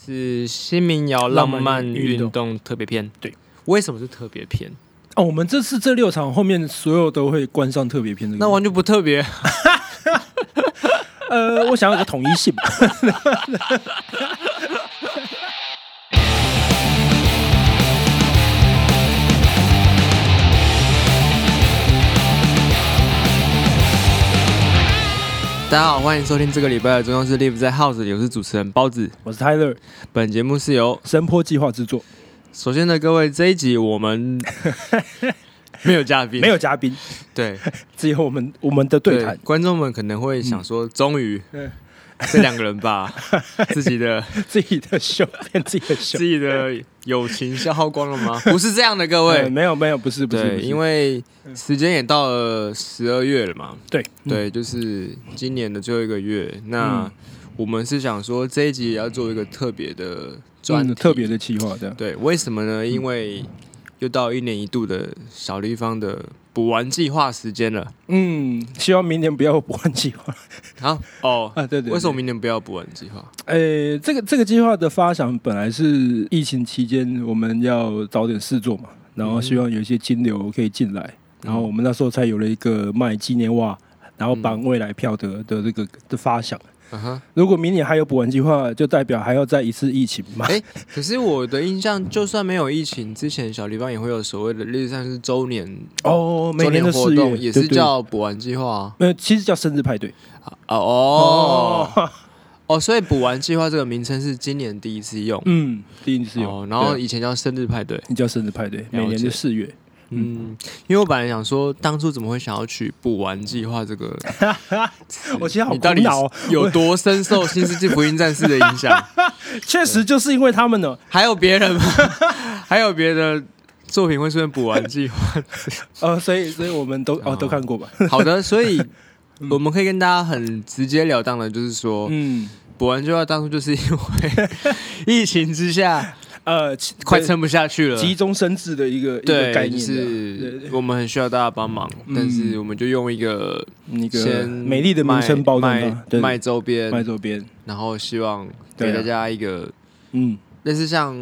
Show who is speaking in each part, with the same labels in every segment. Speaker 1: 是新民谣浪
Speaker 2: 浪漫
Speaker 1: 漫
Speaker 2: 运
Speaker 1: 运
Speaker 2: 动
Speaker 1: 动嗯特别篇。
Speaker 2: 对，
Speaker 1: 为什么是特别篇？
Speaker 2: 哦，我们这次这六场后面所有都会关上特别篇这个。
Speaker 1: 那完全不特别。
Speaker 2: 呃，我想要有个统一性。
Speaker 1: 大家好，欢迎收听这个礼拜的中央是 Live 在 House 里，我是主持人包子。
Speaker 2: 我是 Tyler，
Speaker 1: 本节目是由
Speaker 2: 声波计划制作，
Speaker 1: 首先呢，各位这一集我们 没有嘉宾，
Speaker 2: 没有嘉宾，
Speaker 1: 对
Speaker 2: 只有我们我们的对谈，
Speaker 1: 观众们可能会想说，终于
Speaker 2: 嗯
Speaker 1: 这两个人 把自己 的
Speaker 2: 自己的秀变自己的秀
Speaker 1: 自。己的友情消耗光了吗？不是嗯这样的，各
Speaker 2: 呃
Speaker 1: 位。
Speaker 2: 没有没有，不是不是，不
Speaker 1: 对，
Speaker 2: 是
Speaker 1: 因为时间也到了十二月了嘛，
Speaker 2: 对，
Speaker 1: 对，就是今年的最后一个月。那
Speaker 2: 嗯
Speaker 1: 我们是想说这一集也要做一个特别的专
Speaker 2: 嗯
Speaker 1: 题，
Speaker 2: 特别嗯的计划这样。
Speaker 1: 对，为什么呢？因为又到一年一度的小立方的补完计划时间了。
Speaker 2: 嗯，希望明年不要有不换计划
Speaker 1: 好哦，
Speaker 2: 啊。对对对
Speaker 1: 为什么明年不要补完计划？
Speaker 2: 呃，这个这个计划的发想本来是疫情期间我们要找点事做嘛，然后
Speaker 1: 嗯
Speaker 2: 希望有一些金流可以进来，然后我们那时候才有了一个卖纪念袜，然后绑未来票的的这个的发想。
Speaker 1: 嗯哼，
Speaker 2: 如果明年还有补完计划，就代表还要再一次疫情嘛。
Speaker 1: 哎、可是我的印象，就算没有疫情之前，小立方也会有所谓的，类似像是周年
Speaker 2: 哦，每
Speaker 1: 周
Speaker 2: 年
Speaker 1: 年
Speaker 2: 的
Speaker 1: 活
Speaker 2: 四月
Speaker 1: 动，也是
Speaker 2: 对对
Speaker 1: 叫补完计划啊。
Speaker 2: 呃，其实叫生日派对。
Speaker 1: 哦哦哦，所以补完计划这个名称是今年第一次用。
Speaker 2: 嗯，第一次有。
Speaker 1: 哦，然后
Speaker 2: 对啊
Speaker 1: 以前叫生日派对，
Speaker 2: 你叫生日派对，每年
Speaker 1: 了解
Speaker 2: 的四月。
Speaker 1: 嗯，因为我本来想说，当初怎么会想要取“补完计划”这 个词？
Speaker 2: 我觉得好
Speaker 1: 你到底
Speaker 2: 苦恼哦
Speaker 1: 有多深受《新世纪福音战士》的影响？
Speaker 2: 确实就是因为他们哦呢，
Speaker 1: 还有别人吗？ 还有别的作品会出现“补完计划
Speaker 2: 呃，所以所以我们都
Speaker 1: 啊
Speaker 2: 哦都看过吧。”？
Speaker 1: 好的，所以我们可以跟大家很直截了当的，就是说，
Speaker 2: 嗯，
Speaker 1: 补完计划当初就是因 为疫情之下
Speaker 2: 呃，其
Speaker 1: 快撑不下去了，
Speaker 2: 急中生智的一个一个概
Speaker 1: 对，
Speaker 2: 念啊
Speaker 1: 就
Speaker 2: 的，
Speaker 1: 是我们很需要大家帮忙，
Speaker 2: 嗯
Speaker 1: 但是我们就用一个
Speaker 2: 一个
Speaker 1: 先
Speaker 2: 美丽的名声包装它，
Speaker 1: 卖
Speaker 2: 对，
Speaker 1: 卖
Speaker 2: 卖
Speaker 1: 周边，
Speaker 2: 周边，
Speaker 1: 然后希望给
Speaker 2: 对啊
Speaker 1: 大家一个
Speaker 2: 嗯，
Speaker 1: 类似像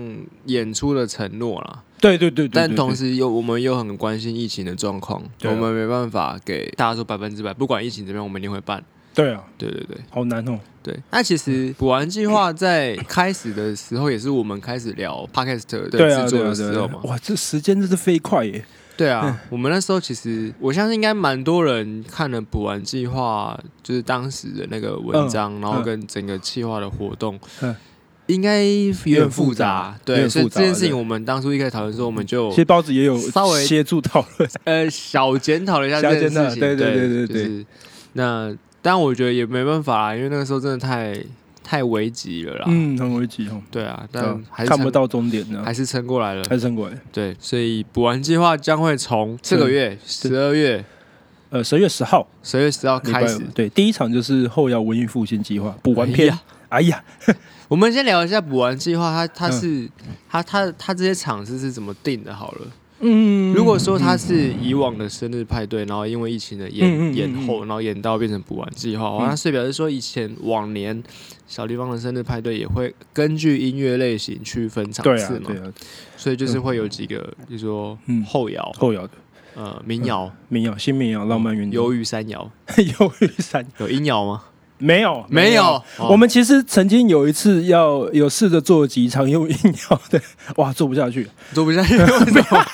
Speaker 1: 演出的承诺啦。
Speaker 2: 对对对对，
Speaker 1: 但
Speaker 2: 对
Speaker 1: 同，时又我们又很关心疫情的状况，
Speaker 2: 对
Speaker 1: 我
Speaker 2: 啊
Speaker 1: 们没办法给大家说百分之百，不管疫情怎么样，我们一定会办。
Speaker 2: 对啊，
Speaker 1: 对对对
Speaker 2: 好难哦，
Speaker 1: 对。那其实补完计划在开始的时候，也是我们开始聊 podcast 的
Speaker 2: 对啊，
Speaker 1: 制作
Speaker 2: 对
Speaker 1: 的
Speaker 2: 啊，
Speaker 1: 时
Speaker 2: 对
Speaker 1: 候
Speaker 2: 啊
Speaker 1: 嘛，。
Speaker 2: 哇，这时间真是飞快耶，
Speaker 1: 对
Speaker 2: 嗯
Speaker 1: 啊，我们那时候其实我相信应该蛮多人看了补完计划，就是当时的那个文章，然后跟整个计划的活动，
Speaker 2: 嗯
Speaker 1: 应该有点复杂。
Speaker 2: 有
Speaker 1: 对，
Speaker 2: 点复杂有点
Speaker 1: 所以
Speaker 2: 复杂
Speaker 1: 这
Speaker 2: 嗯
Speaker 1: 件事情我们当初一开始讨论的时候，我们就
Speaker 2: 其实包子也有
Speaker 1: 哦稍微
Speaker 2: 协助讨论，
Speaker 1: 呃小检讨了一下这件事情。
Speaker 2: 小检讨对对
Speaker 1: 对
Speaker 2: 对对
Speaker 1: 就
Speaker 2: 对
Speaker 1: 是那但我觉得也没办法啦，因为那个时候真的太太危急了啦。
Speaker 2: 嗯，很危急哦，
Speaker 1: 对啊，
Speaker 2: 对
Speaker 1: 但
Speaker 2: 啊
Speaker 1: 还是
Speaker 2: 看不
Speaker 1: 撑，
Speaker 2: 到嗯终点呢
Speaker 1: 还，是撑过来了。
Speaker 2: 还是撑过来，
Speaker 1: 对，所以补完计划将会从这个月十二月。
Speaker 2: 呃，十月十号
Speaker 1: 十二月十号
Speaker 2: 礼拜
Speaker 1: 开始
Speaker 2: 五，对，第一场就是后摇文艺复兴计划补完篇，哎呀，
Speaker 1: 我们先聊一下补完计划，它它
Speaker 2: 嗯
Speaker 1: 是、它它它这些场次是怎么定的？好了，
Speaker 2: 嗯
Speaker 1: 如果说它是以往的生日派对，然后因为疫情的延、
Speaker 2: 嗯嗯嗯嗯
Speaker 1: 延后，然后延到变成补完计划，哦
Speaker 2: 嗯
Speaker 1: 那所以表示说以前往年小地方的生日派对也会根据音乐类型区分场
Speaker 2: 对啊
Speaker 1: 次嘛，
Speaker 2: 对啊，
Speaker 1: 所以就是会有几个，比如说
Speaker 2: 嗯
Speaker 1: 后摇、
Speaker 2: 后摇的
Speaker 1: 呃民谣、
Speaker 2: 民谣，新民谣浪漫运动
Speaker 1: 鱿，鱼山摇，
Speaker 2: 忧郁山
Speaker 1: 有音摇吗？
Speaker 2: 没有
Speaker 1: 没有，哦
Speaker 2: 我们其实曾经有一次要有试着做几场用硬摇的， 哇，做不下去。
Speaker 1: 做 不下去，为什么？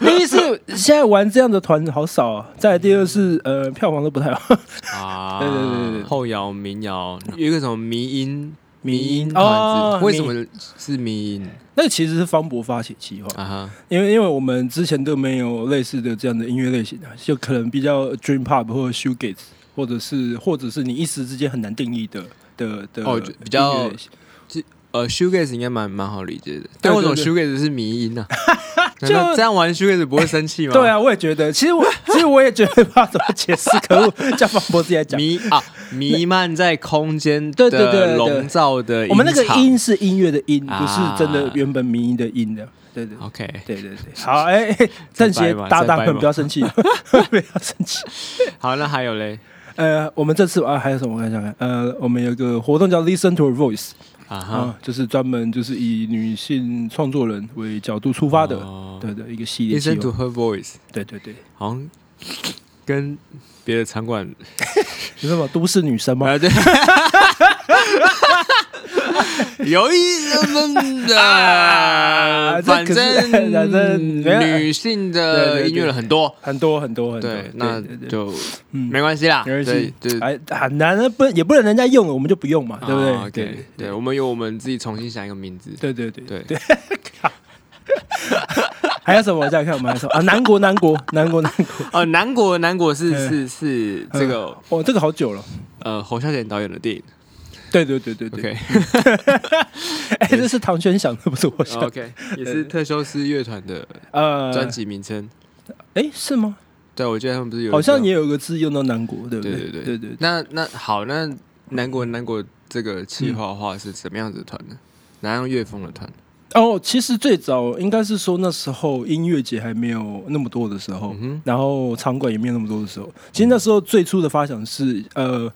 Speaker 2: 第一是现在玩这样的团好少啊，再来第二是呃
Speaker 1: 嗯
Speaker 2: 票房都不太好，
Speaker 1: 啊，
Speaker 2: 对对对对对
Speaker 1: 后摇、民谣，有一个什么迷音。
Speaker 2: 迷
Speaker 1: 迷音
Speaker 2: 音
Speaker 1: 团
Speaker 2: 哦
Speaker 1: 子，为
Speaker 2: 迷
Speaker 1: 什么是迷音
Speaker 2: 那其实是方博发起计划，
Speaker 1: 啊？哈，
Speaker 2: 因为因为我们之前都没有类似的这样的音乐类型啊，就可能比较 dream pop 或者 shoegaze，或者是或者是你一时之间很难定义的的的
Speaker 1: 哦就比较
Speaker 2: 音乐类型
Speaker 1: 呃，shoegaze 应该蛮蛮好理解的，但
Speaker 2: 对
Speaker 1: 为什么
Speaker 2: 对
Speaker 1: shoegaze 是迷 音呢？
Speaker 2: 就
Speaker 1: 难道这样玩 shoegaze 不会生气 吗？
Speaker 2: 对，啊，我也觉得，其实我其实我也觉得不知道怎么解释，可恶，叫方博自己来讲。
Speaker 1: 弥啊，弥漫在空间
Speaker 2: 对对对
Speaker 1: 的
Speaker 2: 对
Speaker 1: 笼罩的
Speaker 2: 我们那个
Speaker 1: 场
Speaker 2: 音是音乐的音，
Speaker 1: 啊
Speaker 2: 不是真的原本民音的音
Speaker 1: 哦
Speaker 2: 的。对对
Speaker 1: ，OK，
Speaker 2: 对对对，好，哎、哎正
Speaker 1: 再掰
Speaker 2: 邪
Speaker 1: 嘛
Speaker 2: 搭
Speaker 1: 再
Speaker 2: 档
Speaker 1: 掰
Speaker 2: 们
Speaker 1: 嘛
Speaker 2: 不要生气， 不要生气。
Speaker 1: 好，那还有嘞
Speaker 2: 呃，我们这次啊还有什么？我看一下看，呃，我们有一个活动叫 Listen to a Voice，
Speaker 1: 啊哈，
Speaker 2: 啊，就是专门就是以女性创作人为角度出发的，
Speaker 1: 哦
Speaker 2: 对的一个系列计
Speaker 1: Listen to
Speaker 2: 划。
Speaker 1: her voice，
Speaker 2: 对对对，
Speaker 1: 好像跟别的餐馆
Speaker 2: 你知道吗？都市女神吗？
Speaker 1: 啊，对，有一嗯
Speaker 2: 啊
Speaker 1: 的，
Speaker 2: 这
Speaker 1: 反
Speaker 2: 可是
Speaker 1: 正
Speaker 2: 反正没有
Speaker 1: 女性
Speaker 2: 对
Speaker 1: 的
Speaker 2: 对对
Speaker 1: 呃音乐人很多，
Speaker 2: 很多很多很多。
Speaker 1: 对，那
Speaker 2: 对对
Speaker 1: 就
Speaker 2: 嗯
Speaker 1: 没关系啦，
Speaker 2: 没关系
Speaker 1: 对，对
Speaker 2: 哎，很难啊，不也不能人家用，我们就不用嘛，对不
Speaker 1: 啊
Speaker 2: 对？
Speaker 1: ？OK，对，我们有我们自己重新想一个名字，
Speaker 2: 对对对
Speaker 1: 对
Speaker 2: 对。 还有什么？我再看，我们还有什么啊？南国，南国，南国，南国。
Speaker 1: 哦，南国南国是是
Speaker 2: 嗯
Speaker 1: 是这个
Speaker 2: 嗯哦，这个好久了。
Speaker 1: 呃侯孝贤导演的电影
Speaker 2: 对对对对对。
Speaker 1: ，OK
Speaker 2: 哎，这是唐轩想的，不是我想。
Speaker 1: 哦 OK，也是特修斯乐团的
Speaker 2: 呃，
Speaker 1: 专辑名称。
Speaker 2: 哎，是吗？
Speaker 1: 对，我记得他们不是有一
Speaker 2: 好像
Speaker 1: 个
Speaker 2: 也有个字用到南国，对不
Speaker 1: 对
Speaker 2: 对
Speaker 1: 对
Speaker 2: 对对。
Speaker 1: 那那好，那南国南国这个企划的话是什么样子的团呢？南洋乐风的团，
Speaker 2: 哦，其实最早应该是说那时候音乐节还没有那么多的时候，
Speaker 1: 嗯
Speaker 2: 然后场馆也没有那么多的时候。其实那时候最初的发想是呃。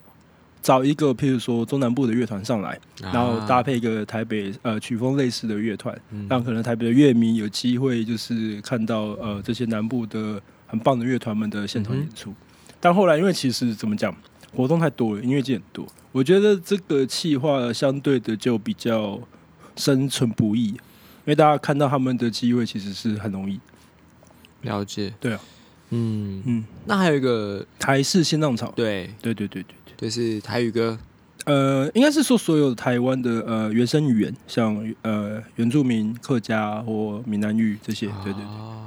Speaker 2: 找一个，譬如说中南部的乐团上来，
Speaker 1: 哼，
Speaker 2: 然后搭
Speaker 1: 啊，
Speaker 2: 配一个台北呃曲风类似的乐团，
Speaker 1: 嗯
Speaker 2: 让可能台北的乐迷有机会就是看到呃这些南部的很棒的乐团们的现场
Speaker 1: 嗯哼
Speaker 2: 演出。但后来因为其实怎么讲，活动太多了，音乐节很多，我觉得这个企划相对的就比较生存不易，因为大家看到他们的机会其实是很容易。
Speaker 1: 了解，
Speaker 2: 对啊，
Speaker 1: 嗯，
Speaker 2: 嗯，
Speaker 1: 那还有一个
Speaker 2: 台式新浪潮，
Speaker 1: 对，
Speaker 2: 对对对对对，
Speaker 1: 就是台语歌，
Speaker 2: 呃，应该是说所有台湾的呃原生语言，像呃原住民、客家或闽南语这些，对对对。
Speaker 1: 哦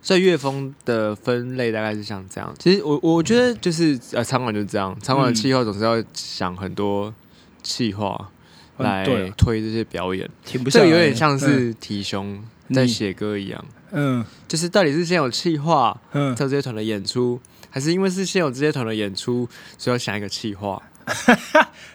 Speaker 1: 所以乐风的分类大概是像这样。其实我我觉得就是呃，场馆就是这样，场馆的气候总是要想很多气划
Speaker 2: 嗯
Speaker 1: 来
Speaker 2: 对啊
Speaker 1: 推这些表演，
Speaker 2: 停不下
Speaker 1: 这
Speaker 2: 来，
Speaker 1: 个有点像是提兄
Speaker 2: 嗯
Speaker 1: 在写歌一样，
Speaker 2: 嗯
Speaker 1: 就是到底是先有气划，
Speaker 2: 嗯
Speaker 1: 才有这些团的演出，还是因为是先有这些团的演出，所以要想一个气划？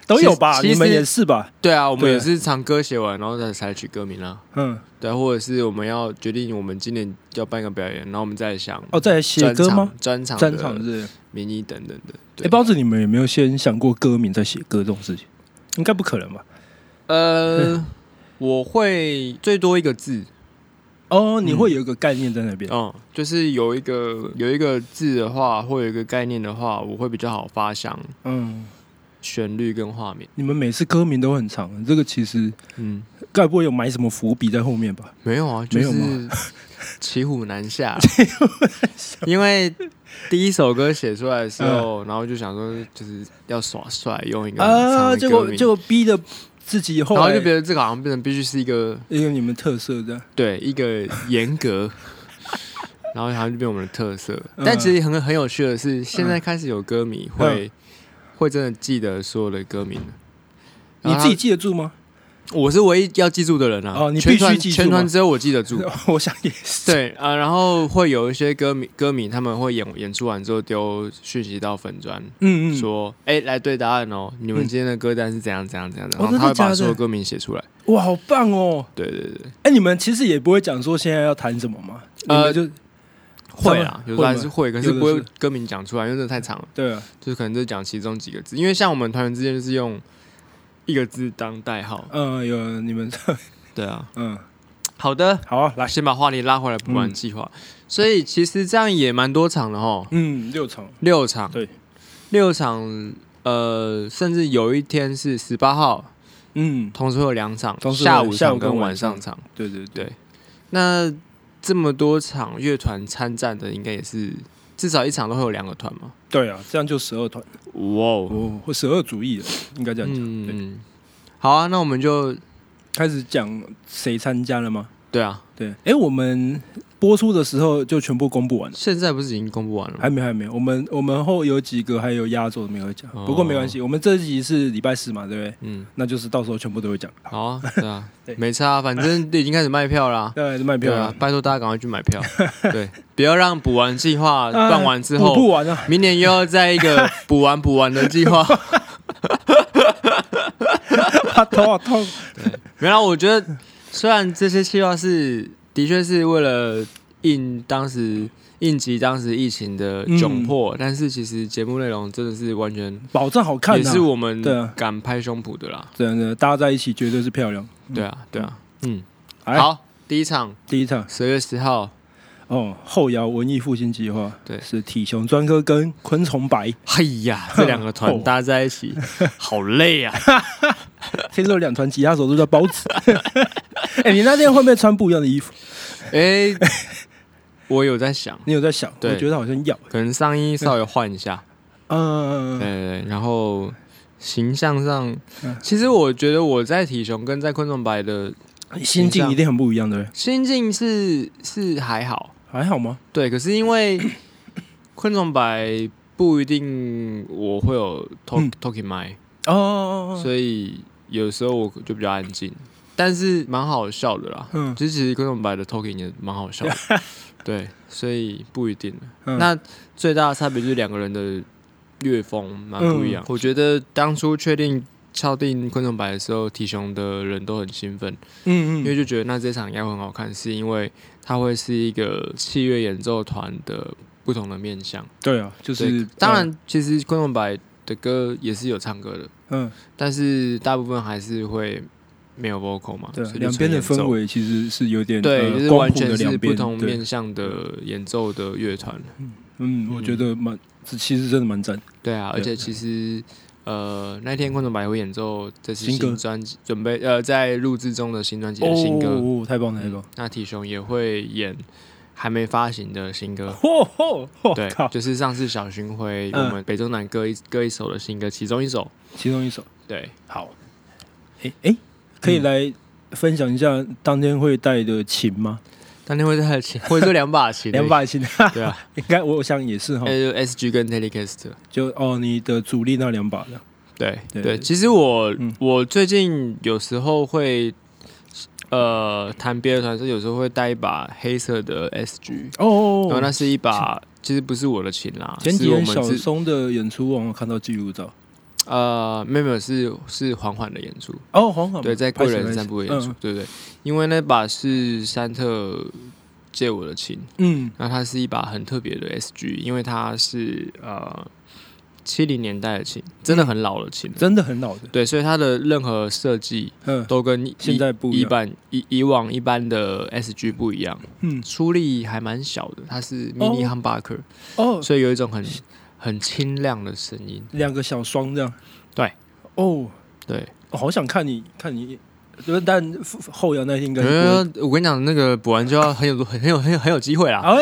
Speaker 2: 都有吧？
Speaker 1: 其实
Speaker 2: 你们也是吧？
Speaker 1: 对啊，我们
Speaker 2: 对
Speaker 1: 也是唱歌写完，然后再才取歌名啊。
Speaker 2: 嗯，
Speaker 1: 对啊，或者是我们要决定我们今年要办一个表演，然后我们再想
Speaker 2: 哦，在写
Speaker 1: 专
Speaker 2: 歌
Speaker 1: 场
Speaker 2: 吗？？
Speaker 1: 专场、
Speaker 2: 专场是？
Speaker 1: 民意等等的。对，
Speaker 2: 哎，包子，你们有没有先想过歌名再写歌这种事情？应该不可能吧？
Speaker 1: 呃，我会最多一个字，
Speaker 2: 哦，你会有一个概念在那边。
Speaker 1: 嗯，就是有一个有一个字的话，或有一个概念的话，我会比较好发想
Speaker 2: 嗯，
Speaker 1: 旋律跟画面。
Speaker 2: 你们每次歌名都很长，这个其实
Speaker 1: 嗯，
Speaker 2: 该不会有埋什么伏笔在后面吧？
Speaker 1: 没有啊，就
Speaker 2: 没有
Speaker 1: 是
Speaker 2: 吗
Speaker 1: 骑虎难 下，因为第一首歌写出来的时
Speaker 2: 嗯
Speaker 1: 候，然后就想说就是要耍帅，用一个
Speaker 2: 啊，
Speaker 1: 很长
Speaker 2: 结
Speaker 1: 的歌
Speaker 2: 果
Speaker 1: 名。
Speaker 2: 结果逼的自己后
Speaker 1: 然后
Speaker 2: 来
Speaker 1: 就觉得这个好像变成必须是一个
Speaker 2: 因为你们特色这样。
Speaker 1: 对一个严 格，然后好像就变我们的特色。
Speaker 2: 嗯
Speaker 1: 但其实很很有趣的是，现在开始有歌迷会、会真的记得所有的歌名了。
Speaker 2: 你
Speaker 1: 然后他
Speaker 2: 自己记得住吗？
Speaker 1: 我是唯一要记住的人啊！
Speaker 2: 哦你必须
Speaker 1: 全团
Speaker 2: 记住吗
Speaker 1: 全团只有我记得住。
Speaker 2: 我想也是。
Speaker 1: 对啊、然后会有一些歌迷歌迷他们会演演出完之后丢讯息到粉砖。
Speaker 2: 嗯嗯，
Speaker 1: 说，哎、来对答案哦！你们
Speaker 2: 嗯
Speaker 1: 今天的歌单是怎样怎样怎样的，
Speaker 2: 哦
Speaker 1: 然后他会
Speaker 2: 真的假
Speaker 1: 把
Speaker 2: 的
Speaker 1: 所有歌名写出来。
Speaker 2: 哇，好棒哦！
Speaker 1: 对对对，
Speaker 2: 哎、你们其实也不会讲说现在要谈什么嘛？
Speaker 1: 呃
Speaker 2: 你们就
Speaker 1: 会啊，
Speaker 2: 他们
Speaker 1: 有时候还是
Speaker 2: 吗
Speaker 1: 会，可是
Speaker 2: 有的
Speaker 1: 不会
Speaker 2: 是
Speaker 1: 歌名讲出来，因为真的太长了。
Speaker 2: 对啊，
Speaker 1: 就是可能就讲其中几个字，因为像我们团员之间就是用一个字当代号。
Speaker 2: 嗯、有你们，
Speaker 1: 对啊，
Speaker 2: 嗯，
Speaker 1: 好的，
Speaker 2: 好嗯啊，来，
Speaker 1: 先把话题拉回来，不玩计划。所以其实这样也蛮多场的哈，
Speaker 2: 嗯，六场，
Speaker 1: 六场，
Speaker 2: 对，
Speaker 1: 六场，呃，甚至有一天是十八号，
Speaker 2: 嗯，
Speaker 1: 同时会有两场，
Speaker 2: 同时会有
Speaker 1: 下午
Speaker 2: 下午
Speaker 1: 场
Speaker 2: 跟
Speaker 1: 跟晚
Speaker 2: 晚上
Speaker 1: 上场。
Speaker 2: 对对对，
Speaker 1: 那这么多场乐团参战的，应该也是至少一场都会有两个团嘛。
Speaker 2: 对啊，这样就十二团
Speaker 1: 哇哦，
Speaker 2: 哦，或十二主义了，应该这样讲。对，
Speaker 1: 嗯，好啊，那我们就
Speaker 2: 开始讲谁参加了吗？
Speaker 1: 对啊，
Speaker 2: 对，哎、我们播出的时候就全部公布完了。
Speaker 1: 现在不是已经公布完了吗？
Speaker 2: 还没，还没，我们我们后有几个还有压轴的没有讲，
Speaker 1: 哦
Speaker 2: 不过没关系，我们这集是礼拜四嘛，对不对？
Speaker 1: 嗯，
Speaker 2: 那就是到时候全部都会讲。好，
Speaker 1: 好啊，对啊
Speaker 2: 对，
Speaker 1: 没差啊，反正已经开始卖票啦。
Speaker 2: 对， 卖
Speaker 1: 对
Speaker 2: 票
Speaker 1: 啊
Speaker 2: 啊，，
Speaker 1: 拜托大家赶快去买票，对，不要让补完计划
Speaker 2: 哎
Speaker 1: 办完之
Speaker 2: 补
Speaker 1: 后，
Speaker 2: 不完 啊，
Speaker 1: 明年又要再一 个补完补完的计划。
Speaker 2: 啊头好痛。
Speaker 1: 没有啊，我觉得虽然这些计划是的确是为了应当时应急当时疫情的窘迫，但是其实节目内容真的是完全
Speaker 2: 保证好看、啊，
Speaker 1: 也是我们
Speaker 2: 对啊
Speaker 1: 敢拍胸脯的啦。
Speaker 2: 真的搭在一起绝对是漂亮。
Speaker 1: 对啊，对啊，嗯，
Speaker 2: 哎，
Speaker 1: 好，第一场
Speaker 2: 第一场
Speaker 1: 十月十号，
Speaker 2: 哦，后摇文艺复兴计划，
Speaker 1: 对
Speaker 2: 是体雄专科跟昆虫白，
Speaker 1: 嘿哎 呀，这两个团
Speaker 2: 哦
Speaker 1: 搭在一起，好累 啊！
Speaker 2: 听说两团吉他手都叫包子。 哎、你那天会不会穿不一样的衣服？
Speaker 1: 哎，我有在想，
Speaker 2: 你有在想？
Speaker 1: 对
Speaker 2: 我觉得好像要，
Speaker 1: 可能上衣稍微换一下，
Speaker 2: 嗯、
Speaker 1: 对对，对然后形象上
Speaker 2: 嗯，
Speaker 1: 其实我觉得我在体雄跟在昆虫白的
Speaker 2: 心境一定很不一样，对不对？
Speaker 1: 心境是是还好，
Speaker 2: 还好吗？
Speaker 1: 对，可是因 为昆虫白不一定我会有 talk
Speaker 2: 嗯
Speaker 1: talking my，
Speaker 2: 哦哦，哦哦
Speaker 1: 所以有时候我就比较安静，但是蛮好笑的啦。
Speaker 2: 嗯
Speaker 1: 其实其实昆虫白的 talking 也蛮好笑 的，对，所以不一定。
Speaker 2: 嗯
Speaker 1: 那最大的差别就是两个人的乐风蛮不一样。
Speaker 2: 嗯
Speaker 1: 我觉得当初确定敲定昆虫白的时候，体雄的人都很兴奋，
Speaker 2: 嗯
Speaker 1: 因为就觉得那这场应该会很好看，是因为它会是一个器乐演奏团的不同的面向。
Speaker 2: 对啊，就
Speaker 1: 对
Speaker 2: 是
Speaker 1: 当，然，其实昆虫白的歌也是有唱歌的，
Speaker 2: 嗯，
Speaker 1: 但是大部分还是会没有 vocal 嘛，
Speaker 2: 对
Speaker 1: 啊
Speaker 2: 啊
Speaker 1: 所，以就
Speaker 2: 两边的
Speaker 1: 纯演
Speaker 2: 氛
Speaker 1: 奏。
Speaker 2: 围其实是有点
Speaker 1: 对，
Speaker 2: 呃
Speaker 1: 就是
Speaker 2: 光
Speaker 1: 完
Speaker 2: 谱的
Speaker 1: 全是
Speaker 2: 两
Speaker 1: 不
Speaker 2: 边
Speaker 1: 同
Speaker 2: 对
Speaker 1: 面向的演奏的乐团。
Speaker 2: 嗯，我觉得蛮，这其实真的蛮赞。
Speaker 1: 对啊，而且
Speaker 2: 对
Speaker 1: 其实呃，那天昆虫白会演奏这次
Speaker 2: 新歌
Speaker 1: 新专辑，准备呃在录制中的新专辑的新歌，
Speaker 2: 哦，太棒了，太棒
Speaker 1: 嗯
Speaker 2: 了！
Speaker 1: 那体雄也会演还没发行的新歌。
Speaker 2: 嚯嚯，
Speaker 1: 对
Speaker 2: 我哦靠，，
Speaker 1: 就是上次小巡回我
Speaker 2: 嗯
Speaker 1: 们北中南各一各一首的新歌，其中一首。
Speaker 2: 其中一首
Speaker 1: 对，
Speaker 2: 好，哎哎，可以
Speaker 1: 嗯
Speaker 2: 来分享一下当天会带的琴吗？
Speaker 1: 当天会带琴，或者说两把琴，
Speaker 2: 两，把琴，哦
Speaker 1: 对啊，
Speaker 2: 应该我想也是哈
Speaker 1: 那，就 S G 跟 Telecast。
Speaker 2: 就哦，你的主力那两把的，
Speaker 1: 对
Speaker 2: 对
Speaker 1: 对，其实我、
Speaker 2: 嗯
Speaker 1: 我最近有时候会，呃，弹别的团的时候，有时候会带一把黑色的 SG，、
Speaker 2: 哦
Speaker 1: 啊然后那是一把其实不是我的琴啦，
Speaker 2: 前几
Speaker 1: 是我
Speaker 2: 天
Speaker 1: 们
Speaker 2: 小
Speaker 1: 自
Speaker 2: 松的演出，我有看到记录照。
Speaker 1: 呃没有没有是是缓缓的演出，
Speaker 2: 哦，黄黄
Speaker 1: 对，在贵人散步的演
Speaker 2: 嗯
Speaker 1: 出，，对对，因为那把是山特借我的琴，
Speaker 2: 嗯
Speaker 1: 那它是一把很特别的 SG，因为它是呃七零年代的琴，真的很老的琴了。
Speaker 2: 嗯真的很老的，
Speaker 1: 对，所以它的任何设计
Speaker 2: 嗯
Speaker 1: 都跟一
Speaker 2: 现在不一
Speaker 1: 一
Speaker 2: 样
Speaker 1: 般以以往一般的 SG 不一样，
Speaker 2: 嗯，
Speaker 1: 出力还蛮小的，它是 mini
Speaker 2: 哦
Speaker 1: humbucker，、
Speaker 2: 哦，
Speaker 1: 所以有一种很很清亮的声音。
Speaker 2: 两个小双这样，
Speaker 1: 对，
Speaker 2: 哦，
Speaker 1: 对，
Speaker 2: 我好想看你看你，就是但后摇那天应该
Speaker 1: 我
Speaker 2: 是
Speaker 1: 觉
Speaker 2: 不会。
Speaker 1: 呃得我跟你讲，那个补完就要很有很有很有很有机会啦。
Speaker 2: 好，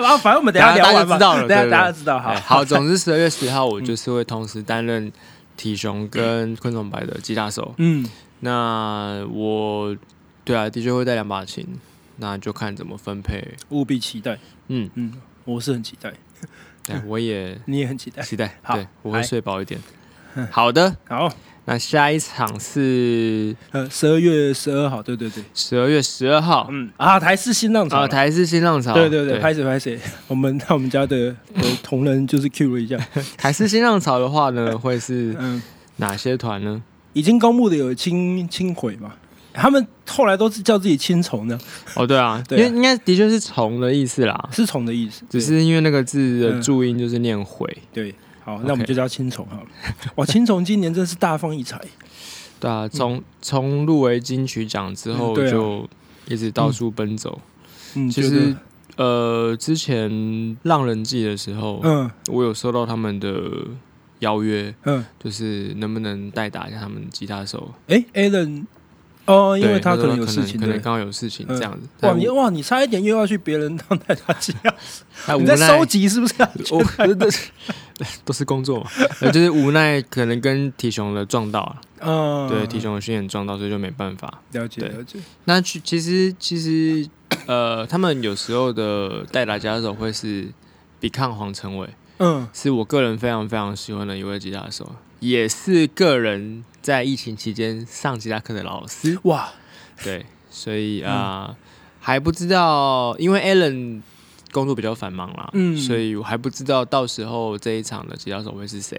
Speaker 2: 然后反正我们等一下聊完
Speaker 1: 大家就知
Speaker 2: 吧，
Speaker 1: 道了
Speaker 2: 等一
Speaker 1: 对对
Speaker 2: 下大家知道，好嗯
Speaker 1: 哎，好，总之十二月十号我就是会同时担任体雄跟昆虫白的吉他手。
Speaker 2: 嗯，
Speaker 1: 那我对啊，的确会带两把琴，那就看怎么分配。
Speaker 2: 务必期待，
Speaker 1: 嗯，
Speaker 2: 嗯，我是很期待，
Speaker 1: 对，我也
Speaker 2: 你也很期待，
Speaker 1: 期待，
Speaker 2: 嗯哎好
Speaker 1: 对我会
Speaker 2: 来嗯
Speaker 1: 睡饱一点。好的，
Speaker 2: 好，
Speaker 1: 那下一场是
Speaker 2: 呃，十二月十二号，对对对，
Speaker 1: 十二月十二号，
Speaker 2: 嗯啊，台式新浪潮
Speaker 1: 啊，
Speaker 2: 了，
Speaker 1: 台式新浪潮，
Speaker 2: 对对对，拍谁拍谁，我们我们家的的同仁就是 Q 了一下，
Speaker 1: 台式新浪潮的话呢，会是
Speaker 2: 嗯，
Speaker 1: 哪些团呢？
Speaker 2: 已经公布的有青青毁嘛，他们后来都是叫自己青虫的，
Speaker 1: 哦，对啊，因
Speaker 2: 对啊
Speaker 1: 为应该的确是虫的意思啦，
Speaker 2: 是虫的意思，
Speaker 1: 只是因为那个字的注音就是念悔，
Speaker 2: 对。对好，
Speaker 1: OK
Speaker 2: 那我们就叫青虫好了。哇，青虫今年真是大放异彩，
Speaker 1: 对啊，从从入围金曲奖之后
Speaker 2: 嗯对啊
Speaker 1: 就一直到处奔走。
Speaker 2: 嗯，
Speaker 1: 其
Speaker 2: 觉
Speaker 1: 实
Speaker 2: 得
Speaker 1: 呃，之前《浪人记》的时候，
Speaker 2: 嗯
Speaker 1: 我有收到他们的邀约，
Speaker 2: 嗯，
Speaker 1: 就是能不能代打一下他们吉他手。
Speaker 2: 哎，Alan，哦，因为
Speaker 1: 对
Speaker 2: 他可
Speaker 1: 说
Speaker 2: 能有事情
Speaker 1: 可能
Speaker 2: 对。
Speaker 1: 刚好有事情
Speaker 2: 嗯
Speaker 1: 这样子。
Speaker 2: 哇，
Speaker 1: 但
Speaker 2: 你
Speaker 1: 我
Speaker 2: 哇，你差一点又要去别人当代打家，
Speaker 1: 但哎
Speaker 2: 你
Speaker 1: 无
Speaker 2: 在
Speaker 1: 奈
Speaker 2: 收集是不是？啊
Speaker 1: 我都是 都是工作嘛，呃就是无奈可能跟体雄的撞到了，
Speaker 2: 嗯，
Speaker 1: 对体雄的训练撞到，所以就没办法。
Speaker 2: 了解
Speaker 1: 对
Speaker 2: 了解，
Speaker 1: 那其其实其实呃，他们有时候的代打吉他手会是比抗黄成伟，
Speaker 2: 嗯
Speaker 1: 是我个人非常非常喜欢的一位吉他手，也是个人在疫情期间上吉他课的老师。
Speaker 2: 哇，
Speaker 1: 对，所以
Speaker 2: 嗯
Speaker 1: 啊、呃还不知道，因为 Alan 工作比较繁忙啦，
Speaker 2: 嗯
Speaker 1: 所以我还不知道到时候这一场的吉他手会是谁。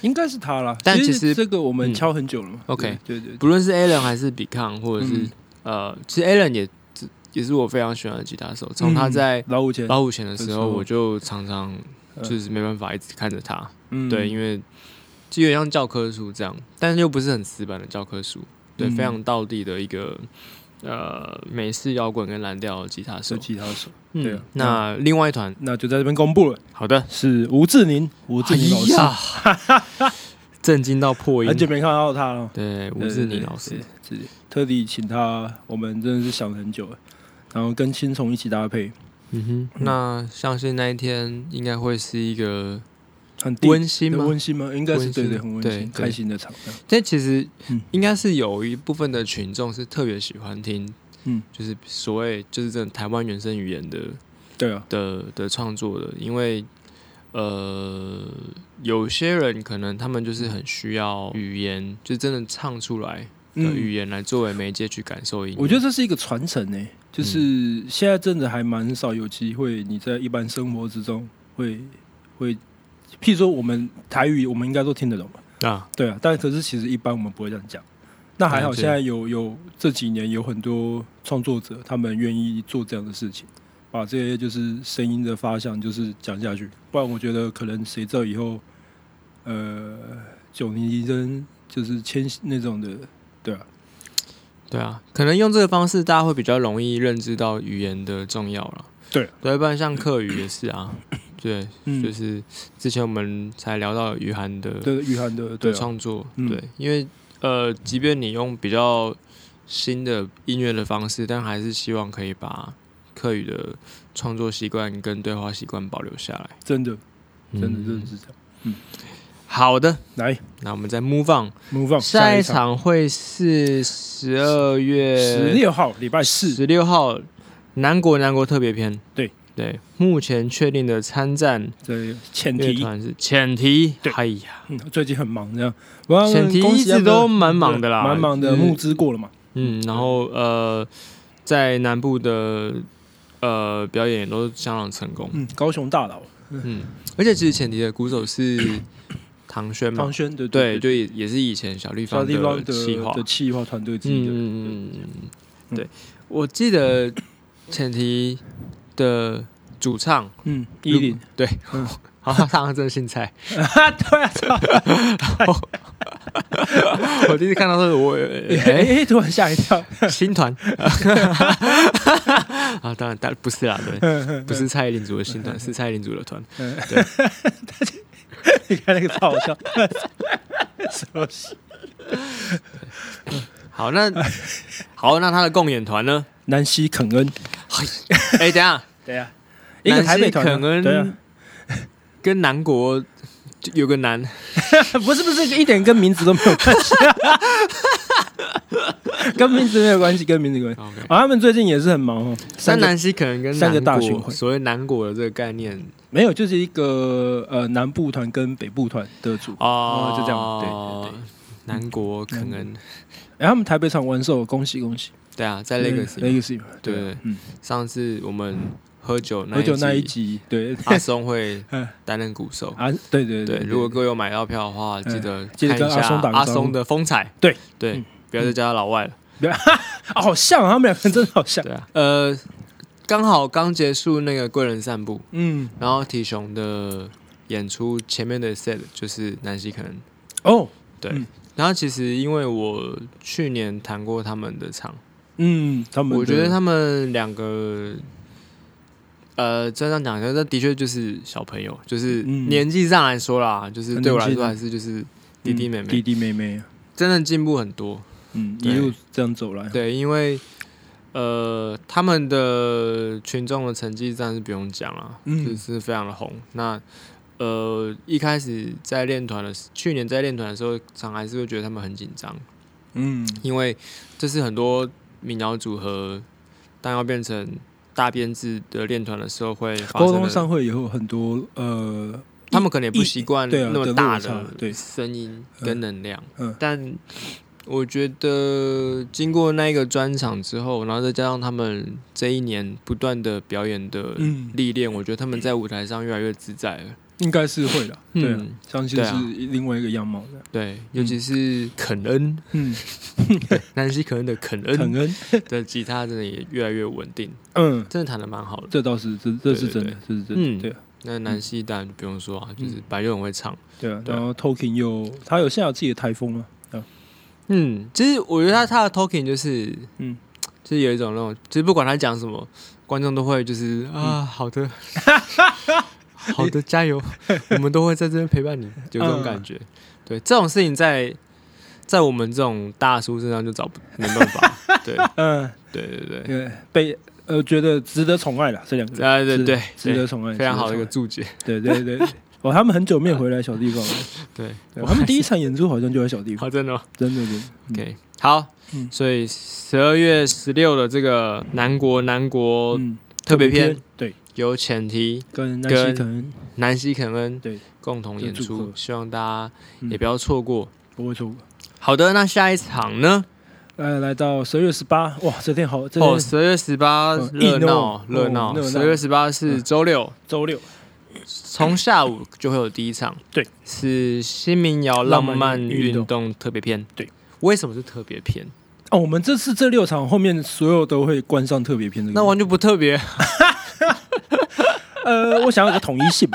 Speaker 2: 应该是他啦。
Speaker 1: 但其实
Speaker 2: 这个我
Speaker 1: 嗯
Speaker 2: 们敲很久了嘛。
Speaker 1: OK
Speaker 2: 对对对，
Speaker 1: 不论是 Alan 还是比康，或者是、
Speaker 2: 嗯
Speaker 1: 呃，其实 Alan 也也是我非常喜欢的吉他手。从
Speaker 2: 嗯
Speaker 1: 他在
Speaker 2: 老五前，
Speaker 1: 老虎钳的时
Speaker 2: 时
Speaker 1: 候，
Speaker 2: 候
Speaker 1: 我就常常就是没办法一直看着他，
Speaker 2: 呃嗯
Speaker 1: 对，因为基本像教科书这样，但是又不是很死板的教科书，对，
Speaker 2: 嗯
Speaker 1: 非常道地的一个呃美式摇滚跟蓝调吉他手
Speaker 2: 是。吉他手，
Speaker 1: 嗯
Speaker 2: 对啊哎
Speaker 1: 那另外一团，
Speaker 2: 那就在这边公布了，
Speaker 1: 好的，
Speaker 2: 是吴志宁，吴志宁老师，
Speaker 1: 哎呀 震惊到破音
Speaker 2: 很，久没看到他了。
Speaker 1: 对，吴
Speaker 2: 对
Speaker 1: 志
Speaker 2: 对
Speaker 1: 宁
Speaker 2: 对
Speaker 1: 老师，
Speaker 2: 是是特地请他，我们真的是想了很久了，然后跟青虫一起搭配，
Speaker 1: 嗯哼，那相信那一天应该会是一个
Speaker 2: 很地
Speaker 1: 温馨
Speaker 2: 对
Speaker 1: 吗？
Speaker 2: 温馨吗？应该是
Speaker 1: 温馨
Speaker 2: 对对，很温
Speaker 1: 对
Speaker 2: 馨，
Speaker 1: 对
Speaker 2: 开心的场这样。
Speaker 1: 但其实
Speaker 2: 嗯
Speaker 1: 应该是有一部分的群众是特别喜欢听，
Speaker 2: 嗯
Speaker 1: 就是所谓就是这种台湾原生语言的
Speaker 2: 对啊，
Speaker 1: 的的创作的，因为呃，有些人可能他们就是很需要语言，就真的唱出来的
Speaker 2: 嗯，
Speaker 1: 语言来作为媒介去感受音乐。
Speaker 2: 我觉得这是一个传承呢，
Speaker 1: 嗯
Speaker 2: 就是现在真的还蛮少有机会，你在一般生活之中会会，譬如说我们台语，我们应该都听得懂吧？
Speaker 1: 得啊，
Speaker 2: 对啊，但可是其实一般我们不会这样讲。那还好，
Speaker 1: 了解
Speaker 2: 现在有有这几年有很多创作者，他们愿意做这样的事情，把这些就是声音的发向就是讲下去。不然我觉得可能谁知道以后，呃，九零医生就是千禧那种的，对啊，
Speaker 1: 对啊，可能用这个方式，大家会比较容易认知到语言的重要了。
Speaker 2: 对，
Speaker 1: 对，不然像客语也是 啊，对，就
Speaker 2: 嗯，
Speaker 1: 是之前我们才聊到雨涵的
Speaker 2: 对雨涵的对
Speaker 1: 的
Speaker 2: 啊，
Speaker 1: 创作，
Speaker 2: 嗯
Speaker 1: 对，因为呃，即便你用比较新的音乐的方式，但还是希望可以把客语的创作习惯跟对话习惯保留下来。
Speaker 2: 真的真的真
Speaker 1: 嗯
Speaker 2: 的是这样。
Speaker 1: 好的，
Speaker 2: 来
Speaker 1: 那我们再 move on，
Speaker 2: ，move on，
Speaker 1: 下
Speaker 2: 一
Speaker 1: 一场会是十二月
Speaker 2: 十六号礼拜四，
Speaker 1: 十六号南国南国特别篇。
Speaker 2: 对
Speaker 1: 对，目前确定的参战
Speaker 2: 对，前
Speaker 1: 乐
Speaker 2: 提，
Speaker 1: 团是浅提。
Speaker 2: 对
Speaker 1: 哎呀，
Speaker 2: 嗯 最近很忙这样，我要
Speaker 1: 前提
Speaker 2: 恭
Speaker 1: 一
Speaker 2: 喜他
Speaker 1: 直
Speaker 2: 们
Speaker 1: 都蛮忙的啦，
Speaker 2: 蛮忙的，
Speaker 1: 就是
Speaker 2: 募资过了嘛，
Speaker 1: 嗯，然后呃，在南部的呃表演也都相当成功。
Speaker 2: 嗯，高雄大佬
Speaker 1: 嗯，而且其实前提的鼓手是唐轩嘛
Speaker 2: 唐，轩，对
Speaker 1: 嗯对，
Speaker 2: 对，
Speaker 1: 就也也是以前小地
Speaker 2: 小
Speaker 1: 方
Speaker 2: 地方
Speaker 1: 的企划
Speaker 2: 的。企划团队之一的，
Speaker 1: 嗯嗯嗯嗯，
Speaker 2: 对
Speaker 1: 对，我记得前提的主唱
Speaker 2: 嗯，一零，
Speaker 1: 对
Speaker 2: 嗯，
Speaker 1: 好，他唱的真的姓蔡。
Speaker 2: 啊，对啊，操
Speaker 1: 我第一次看到的时候， 我哎
Speaker 2: 哎，突然吓一跳，
Speaker 1: 新 团啊，当然，当然不是啦，对，不是蔡依林组的新团，是蔡依林组的团。
Speaker 2: 你看那个超好笑， 什么戏？
Speaker 1: 好，那好，那他的共演团呢？
Speaker 2: 南希肯恩，
Speaker 1: 哎、等一下，
Speaker 2: 对啊，一个台北团啊，
Speaker 1: 南希肯恩
Speaker 2: 对啊，
Speaker 1: 跟南国就有个南，
Speaker 2: 不是不是，一点跟名字都没有关系， 跟名字没有关系，跟名字没 有关系。
Speaker 1: 哦 OK，
Speaker 2: 啊，他们最近也是很忙哦，
Speaker 1: 但
Speaker 2: 三个
Speaker 1: 南希可能跟
Speaker 2: 三个大
Speaker 1: 南
Speaker 2: 巡
Speaker 1: 国
Speaker 2: 回
Speaker 1: 所谓南国的这个概念
Speaker 2: 没有，就是一个呃南部团跟北部团的组
Speaker 1: 哦
Speaker 2: 就这样，对对对。
Speaker 1: 南国可能
Speaker 2: 哎、他们台北场完售，恭喜恭喜！
Speaker 1: 对啊，在 Legacy
Speaker 2: Legacy 嘛
Speaker 1: 对
Speaker 2: 对啊，嗯，
Speaker 1: 上次我们喝酒那
Speaker 2: 喝酒那一
Speaker 1: 集，
Speaker 2: 集，对
Speaker 1: 阿松会
Speaker 2: 嗯
Speaker 1: 担任鼓手。
Speaker 2: 啊，对对嗯
Speaker 1: 对，如果各位有买到票的话，记得
Speaker 2: 记得
Speaker 1: 看一
Speaker 2: 跟阿
Speaker 1: 下
Speaker 2: 松打个
Speaker 1: 阿
Speaker 2: 招呼
Speaker 1: 松的风采。
Speaker 2: 对
Speaker 1: 对
Speaker 2: 嗯，
Speaker 1: 不要再叫他老外了。
Speaker 2: 啊，好像啊他们两个人真的好像，
Speaker 1: 对啊，呃，刚好刚结束那个贵人散步，
Speaker 2: 嗯，
Speaker 1: 然后体雄的演出前面的 set 就是南希肯恩，
Speaker 2: 哦，
Speaker 1: 对。
Speaker 2: 嗯
Speaker 1: 然后其实因为我去年弹过他们的场，
Speaker 2: 嗯，他们的
Speaker 1: 我觉得他们两个，呃，这样讲，那的确就是小朋友，就是
Speaker 2: 嗯
Speaker 1: 年纪上来说啦，就是
Speaker 2: 很
Speaker 1: 对我来
Speaker 2: 年轻
Speaker 1: 说
Speaker 2: 啊
Speaker 1: 还是就是弟弟妹
Speaker 2: 嗯
Speaker 1: 妹
Speaker 2: 弟，弟妹妹，
Speaker 1: 真的进步很多。
Speaker 2: 嗯，一
Speaker 1: 对
Speaker 2: 路这样走来，啊
Speaker 1: 对，因为呃，他们的群众的成绩当然是不用讲了，
Speaker 2: 嗯
Speaker 1: 就是非常的红。那呃，一开始在练团的时，去年在练团的时候，常还是会觉得他们很紧张，
Speaker 2: 嗯，
Speaker 1: 因为这是很多民谣组合，当要变成大编制的练团的时候会发
Speaker 2: 沟
Speaker 1: 生
Speaker 2: 通
Speaker 1: 的。
Speaker 2: 上会以后很多呃，
Speaker 1: 他们可能也不习惯
Speaker 2: 一对啊
Speaker 1: 那么
Speaker 2: 的
Speaker 1: 大
Speaker 2: 落差
Speaker 1: 的
Speaker 2: 对
Speaker 1: 声音跟能量，
Speaker 2: 嗯
Speaker 1: 但我觉得经过那一个专场之后，然后再加上他们这一年不断的表演的
Speaker 2: 嗯
Speaker 1: 历练，我觉得他们在舞台上越来越自在了。
Speaker 2: 应该是会的，
Speaker 1: 嗯
Speaker 2: 对啊，相信
Speaker 1: 对
Speaker 2: 是
Speaker 1: 啊
Speaker 2: 另外一个样貌的，
Speaker 1: 对，尤其是肯恩，
Speaker 2: 嗯，
Speaker 1: 南希肯恩的肯
Speaker 2: 肯
Speaker 1: 恩
Speaker 2: 恩，
Speaker 1: 的吉他真的也越来越稳定，
Speaker 2: 嗯，
Speaker 1: 真的弹的蛮好的。
Speaker 2: 这倒是这这是
Speaker 1: 对对
Speaker 2: 真的，这是真
Speaker 1: 嗯
Speaker 2: 的，对啊
Speaker 1: 那南希当然就不用说啊，就是
Speaker 2: 嗯
Speaker 1: 白就很会唱。
Speaker 2: 对啊。
Speaker 1: 对啊
Speaker 2: 然后 Token 又他有现在有自己的台风吗？
Speaker 1: 嗯，其实我觉得他他的 talking 就是，
Speaker 2: 嗯
Speaker 1: 嗯，就是有一种那种，就是不管他讲什么，观众都会就是
Speaker 2: 嗯
Speaker 1: 啊，好 的，好的，加油，我们都会在这边陪伴你，就这种感觉。
Speaker 2: 嗯
Speaker 1: 对，这种事情在在我们这种大叔身上就找不没办 法。对
Speaker 2: 嗯，
Speaker 1: 对对对，
Speaker 2: 对，被呃觉得值得宠爱了这两个字，
Speaker 1: 啊对对
Speaker 2: 值得宠爱，
Speaker 1: 非常好的一
Speaker 2: 值
Speaker 1: 个
Speaker 2: 得
Speaker 1: 注解。
Speaker 2: 宠爱，对对对 对。哦，他们很久没有回来小地方了，
Speaker 1: 对，
Speaker 2: 对他们第一场演出好像就在小地方，
Speaker 1: 好，真的吗哦
Speaker 2: 真的真的。
Speaker 1: ？OK，好
Speaker 2: 嗯，
Speaker 1: 所以十二月十六的这个南国南国
Speaker 2: 嗯，
Speaker 1: 特别篇
Speaker 2: 对，
Speaker 1: 有前提。
Speaker 2: 跟南希
Speaker 1: 跟
Speaker 2: 肯恩
Speaker 1: 南希肯恩
Speaker 2: 对
Speaker 1: 共同演
Speaker 2: 这祝
Speaker 1: 出
Speaker 2: 贺，希
Speaker 1: 希望大家
Speaker 2: 也
Speaker 1: 也
Speaker 2: 不
Speaker 1: 不要错过。
Speaker 2: 不会错过。
Speaker 1: 好的，那下一场呢？
Speaker 2: 来来到十月十八，哇，这天好，这
Speaker 1: 哦，
Speaker 2: 天
Speaker 1: 十月十八
Speaker 2: 嗯
Speaker 1: 热
Speaker 2: 哦
Speaker 1: 闹热闹
Speaker 2: 热，闹嗯
Speaker 1: 十月十八是周六，
Speaker 2: 周六，，
Speaker 1: 从下午就会有第一场
Speaker 2: 对，
Speaker 1: 是新民谣浪漫
Speaker 2: 浪漫运
Speaker 1: 运动特别篇，
Speaker 2: 对。
Speaker 1: 为什么是特别篇？
Speaker 2: 哦，我们这次这六场后面所有都会关上特别篇这个。
Speaker 1: 那完全不特别，
Speaker 2: 呃，我想要有个统一性，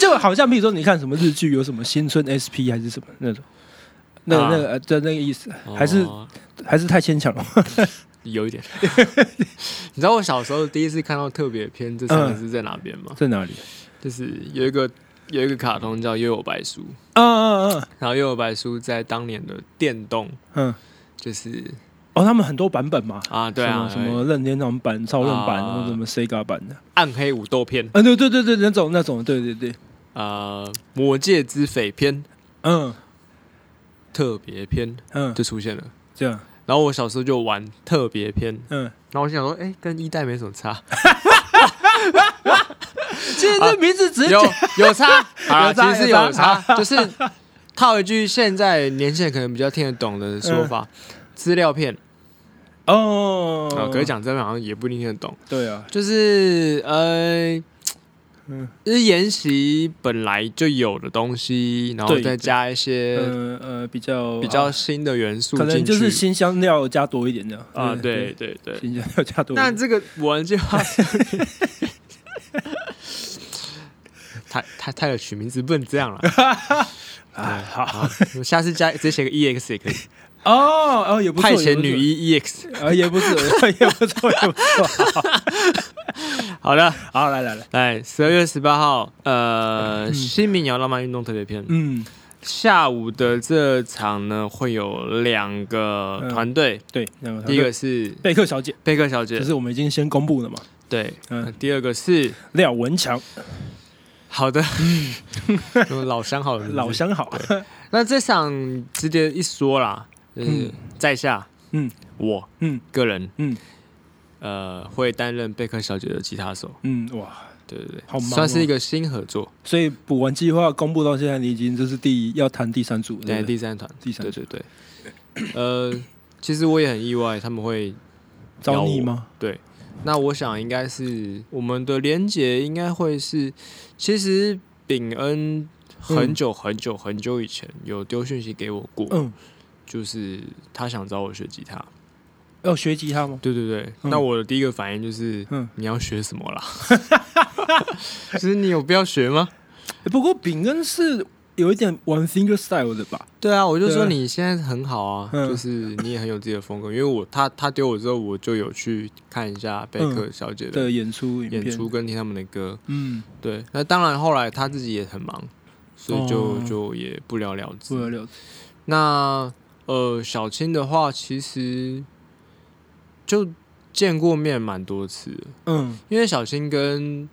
Speaker 2: 就好像比如说你看什么日剧，有什么新春 SP 还是什么那种，那个
Speaker 1: 啊
Speaker 2: 那个呃就那个意思， 还是
Speaker 1: 哦
Speaker 2: 还是太牵强了。
Speaker 1: 有一点。 你知道我小时候第一次看到特别篇这三个
Speaker 2: 嗯
Speaker 1: 字在哪边吗？
Speaker 2: 在哪里？
Speaker 1: 就是有一个有一个卡通叫《幽游白书》，
Speaker 2: 啊啊啊！
Speaker 1: 然后《幽游白书》在当年的电动
Speaker 2: 嗯，
Speaker 1: 就是
Speaker 2: 哦，他们很多版本嘛，
Speaker 1: 啊，对啊，
Speaker 2: 什么什么任天堂版、超任版，然后什么 Sega 版的，
Speaker 1: 暗黑武斗片，
Speaker 2: 啊，对对对对，那种那种，对对对，
Speaker 1: 呃，魔界之匪篇
Speaker 2: 嗯
Speaker 1: 特别篇
Speaker 2: 嗯，
Speaker 1: 就出现了。
Speaker 2: 这样，
Speaker 1: 然后我小时候就玩特别篇，
Speaker 2: 嗯，
Speaker 1: 然后我就想说，哎、跟一代没什么 差，
Speaker 2: 其实这名字只是
Speaker 1: 有有 差啊，
Speaker 2: 有
Speaker 1: 其
Speaker 2: 差
Speaker 1: 实是
Speaker 2: 有
Speaker 1: 有
Speaker 2: 差
Speaker 1: 差，就是套一句现在年轻人可能比较听得懂的说法，资料片
Speaker 2: 嗯哦
Speaker 1: 啊、，可是讲真的好像也不一定听得懂，
Speaker 2: 对啊，
Speaker 1: 就是呃。
Speaker 2: 嗯
Speaker 1: 就是研习本来就有的东西，然后
Speaker 2: 对
Speaker 1: 再加一些
Speaker 2: 呃呃，比较
Speaker 1: 比较新的元素
Speaker 2: 可
Speaker 1: 进去，
Speaker 2: 能就是新香料加多一点这样
Speaker 1: 啊，对，对对。
Speaker 2: 新香料加多一
Speaker 1: 那
Speaker 2: 点。
Speaker 1: 这个玩家， 太太太有取名字不能这样 了。
Speaker 2: 啊，好
Speaker 1: 好，我下次加直接写个 E X 也可以，
Speaker 2: 哦哦，也不错，
Speaker 1: 派遣女一 E X。
Speaker 2: 啊，也不错，也不错，也不错。
Speaker 1: 好的，
Speaker 2: 好，来来来，
Speaker 1: 来十二月十八号，呃，新民谣浪漫运动特别篇，
Speaker 2: 嗯，
Speaker 1: 下午的这场呢会有两
Speaker 2: 嗯
Speaker 1: 个团队，
Speaker 2: 对，那么
Speaker 1: 第一个是
Speaker 2: 贝克小姐，
Speaker 1: 贝克小姐
Speaker 2: 就，是我们已经先公布了嘛，
Speaker 1: 对，
Speaker 2: 嗯
Speaker 1: 那第二个是
Speaker 2: 廖文强，
Speaker 1: 好 的，老乡好了，
Speaker 2: 老乡好，
Speaker 1: 那这场直接一说啦，就是
Speaker 2: 嗯
Speaker 1: 在下，
Speaker 2: 嗯
Speaker 1: 嗯，我，
Speaker 2: 嗯
Speaker 1: 嗯，个人，
Speaker 2: 嗯
Speaker 1: 嗯，呃，会担任贝克小姐的吉他手，
Speaker 2: 嗯，哇，
Speaker 1: 对对对，
Speaker 2: 好忙哦
Speaker 1: 算是一个新合作，
Speaker 2: 所以补完计划公布到现在，你已经这是第要谈第三组，
Speaker 1: 对，
Speaker 2: 对，
Speaker 1: 第三团，
Speaker 2: 第三
Speaker 1: 对
Speaker 2: 组
Speaker 1: 对对，呃，其实我也很意外他们会，
Speaker 2: 招你吗？
Speaker 1: 对，那我想应该是我们的连结应该会是，其实秉恩很久很久很久以前有丢讯息给我过，
Speaker 2: 嗯，
Speaker 1: 就是他想找我学吉他。
Speaker 2: 要学吉他吗？
Speaker 1: 对对对，
Speaker 2: 嗯
Speaker 1: 那我的第一个反应就是，
Speaker 2: 嗯
Speaker 1: 你要学什 么啦？就是你有必要学吗？
Speaker 2: 不过炳恩是有一点玩 finger style 的吧？
Speaker 1: 对啊，我就
Speaker 2: 对啊
Speaker 1: 说你现在很好啊，
Speaker 2: 嗯
Speaker 1: 就是你也很有自己的风格。因为我他他丢我之后，我就有去看一下贝克小姐的
Speaker 2: 的演出影
Speaker 1: 演出
Speaker 2: 片，
Speaker 1: 跟听他们的歌。
Speaker 2: 嗯，
Speaker 1: 对，那当然后来他自己也很忙，所以就、
Speaker 2: 哦
Speaker 1: 就也不了了
Speaker 2: 不
Speaker 1: 之。
Speaker 2: 了了之，
Speaker 1: 那呃，小青的话其实就见过面蛮多次了
Speaker 2: 嗯
Speaker 1: 因为小新跟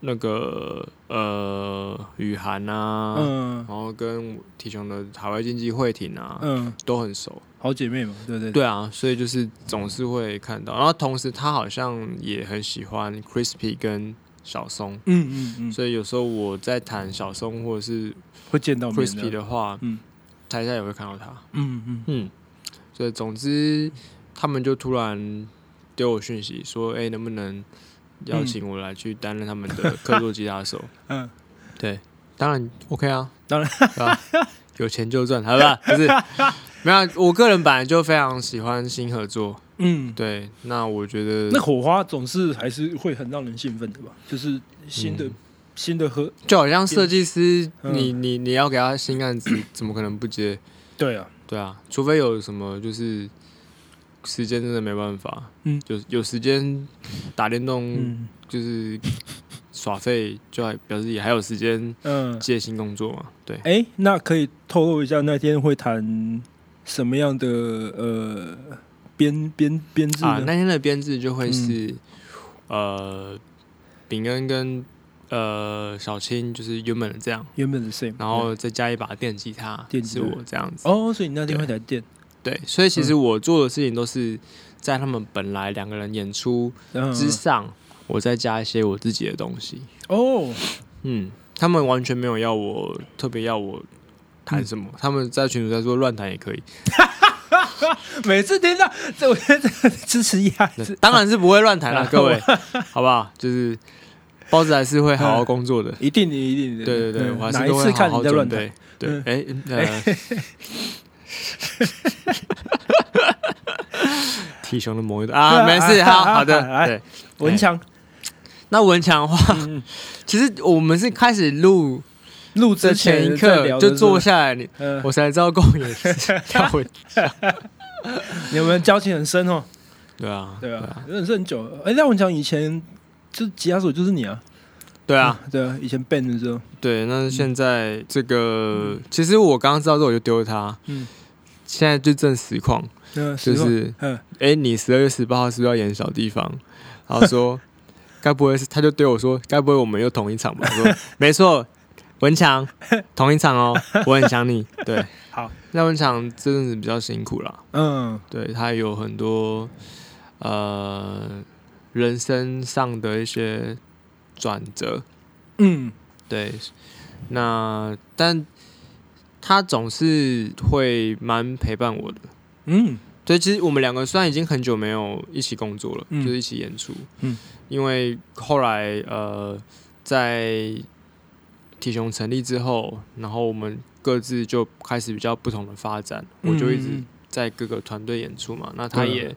Speaker 1: 那个呃雨涵啊，
Speaker 2: 嗯
Speaker 1: 然后跟体雄的海外经济会挺啊，
Speaker 2: 嗯，
Speaker 1: 都很熟。
Speaker 2: 好姐妹嘛，对对
Speaker 1: 对啊，所以就是总是会看到。然后同时他好像也很喜欢 Crispy 跟小松，
Speaker 2: 嗯嗯嗯，
Speaker 1: 所以有时候我在谈小松或者是
Speaker 2: 会见到面
Speaker 1: Crispy
Speaker 2: 的，
Speaker 1: 的话，
Speaker 2: 嗯
Speaker 1: 台下也会看到他。
Speaker 2: 嗯嗯
Speaker 1: 嗯，所以总之他们就突然丢我讯息说，哎、能不能邀请我来去担任他们的客座吉他手。
Speaker 2: 嗯，
Speaker 1: 对，当然 OK 啊，
Speaker 2: 当然
Speaker 1: 对 吧有钱就赚，好吧？不是，没有啊，我个人本来就非常喜欢新合作。
Speaker 2: 嗯，
Speaker 1: 对，那我觉得
Speaker 2: 那火花总是还是会很让人兴奋的吧？就是新
Speaker 1: 嗯
Speaker 2: 的、新的和
Speaker 1: 就好像设计师，
Speaker 2: 嗯
Speaker 1: 你你你要给他新案子，怎么可能不接？
Speaker 2: 对啊，
Speaker 1: 对啊，除非有什么就是时间真的没办法，
Speaker 2: 嗯，
Speaker 1: 有有时间打电动
Speaker 2: 嗯
Speaker 1: 就是耍废，就还表示也还有时间
Speaker 2: 嗯，
Speaker 1: 接新工作嘛，对。
Speaker 2: 哎、那可以透露一下那天会谈什么样的呃编编编制呢？
Speaker 1: 啊，那天的编制就会是、
Speaker 2: 嗯
Speaker 1: 呃，炳恩跟呃小青就是原本的这样，
Speaker 2: 原本的 same，
Speaker 1: 然后再加一把电吉他，
Speaker 2: 嗯电吉
Speaker 1: 是
Speaker 2: 他
Speaker 1: 我这样子。
Speaker 2: 哦，嗯所以你那天会谈电，
Speaker 1: 对，所以其实我做的事情都是在他们本来两个人演出
Speaker 2: 嗯
Speaker 1: 之上，我再加一些我自己的东西。
Speaker 2: 哦，
Speaker 1: 嗯，他们完全没有要我特别要我谈什
Speaker 2: 嗯
Speaker 1: 么，他们在群主在说乱谈也可以，
Speaker 2: 每次听到这，我觉得这支持一下
Speaker 1: 那
Speaker 2: 子，
Speaker 1: 当然是不会乱谈啊
Speaker 2: 啊
Speaker 1: 了，各位， 好不好？就是包子还是会好好工作的。
Speaker 2: 一定的，一定的，
Speaker 1: 对对对，我还
Speaker 2: 嗯哪
Speaker 1: 是
Speaker 2: 一
Speaker 1: 都
Speaker 2: 次
Speaker 1: 会好
Speaker 2: 看
Speaker 1: 好
Speaker 2: 你在
Speaker 1: 准
Speaker 2: 乱谈？嗯
Speaker 1: 备。对，哎， 呃，体雄的某一段 啊，没事，好好的。
Speaker 2: 哎
Speaker 1: 对，
Speaker 2: 文强
Speaker 1: 那文强的话，
Speaker 2: 嗯
Speaker 1: 其实我们是开始录
Speaker 2: 录
Speaker 1: 的
Speaker 2: 之
Speaker 1: 前
Speaker 2: 前
Speaker 1: 一刻就坐
Speaker 2: 做，
Speaker 1: 下来，你
Speaker 2: 嗯，
Speaker 1: 我才知道共演 是廖文。
Speaker 2: 你们交情很深哦，
Speaker 1: 对啊，
Speaker 2: 对啊，认识很久了。哎，廖文强以前就吉他手就是你啊，
Speaker 1: 对啊，
Speaker 2: 对啊，以前 band 的时候，
Speaker 1: 对，那现在这个，其实我刚刚知道之后我就丢了他。
Speaker 2: 嗯，
Speaker 1: 现在就正实况，
Speaker 2: 嗯，
Speaker 1: 就
Speaker 2: 实话
Speaker 1: 是
Speaker 2: 嗯，
Speaker 1: 哎、你十二月十八号是不是要演小地方？然后说， 该不会是他就对我说，该不会我们又同一场吧？我 说没错，文强同一场哦，我很想你。对，
Speaker 2: 好，
Speaker 1: 那文强这阵子比较辛苦啦，
Speaker 2: 嗯
Speaker 1: 对他有很多呃人生上的一些转折，
Speaker 2: 嗯
Speaker 1: 对，那但他总是会蛮陪伴我的。
Speaker 2: 嗯
Speaker 1: 对，其实我们两个虽然已经很久没有一起工作了，
Speaker 2: 嗯
Speaker 1: 就是一起演出，
Speaker 2: 嗯，
Speaker 1: 因为后来呃，在体雄成立之后，然后我们各自就开始比较不同的发展，我就一直在各个团队演出嘛，那他
Speaker 2: 嗯对啊
Speaker 1: 也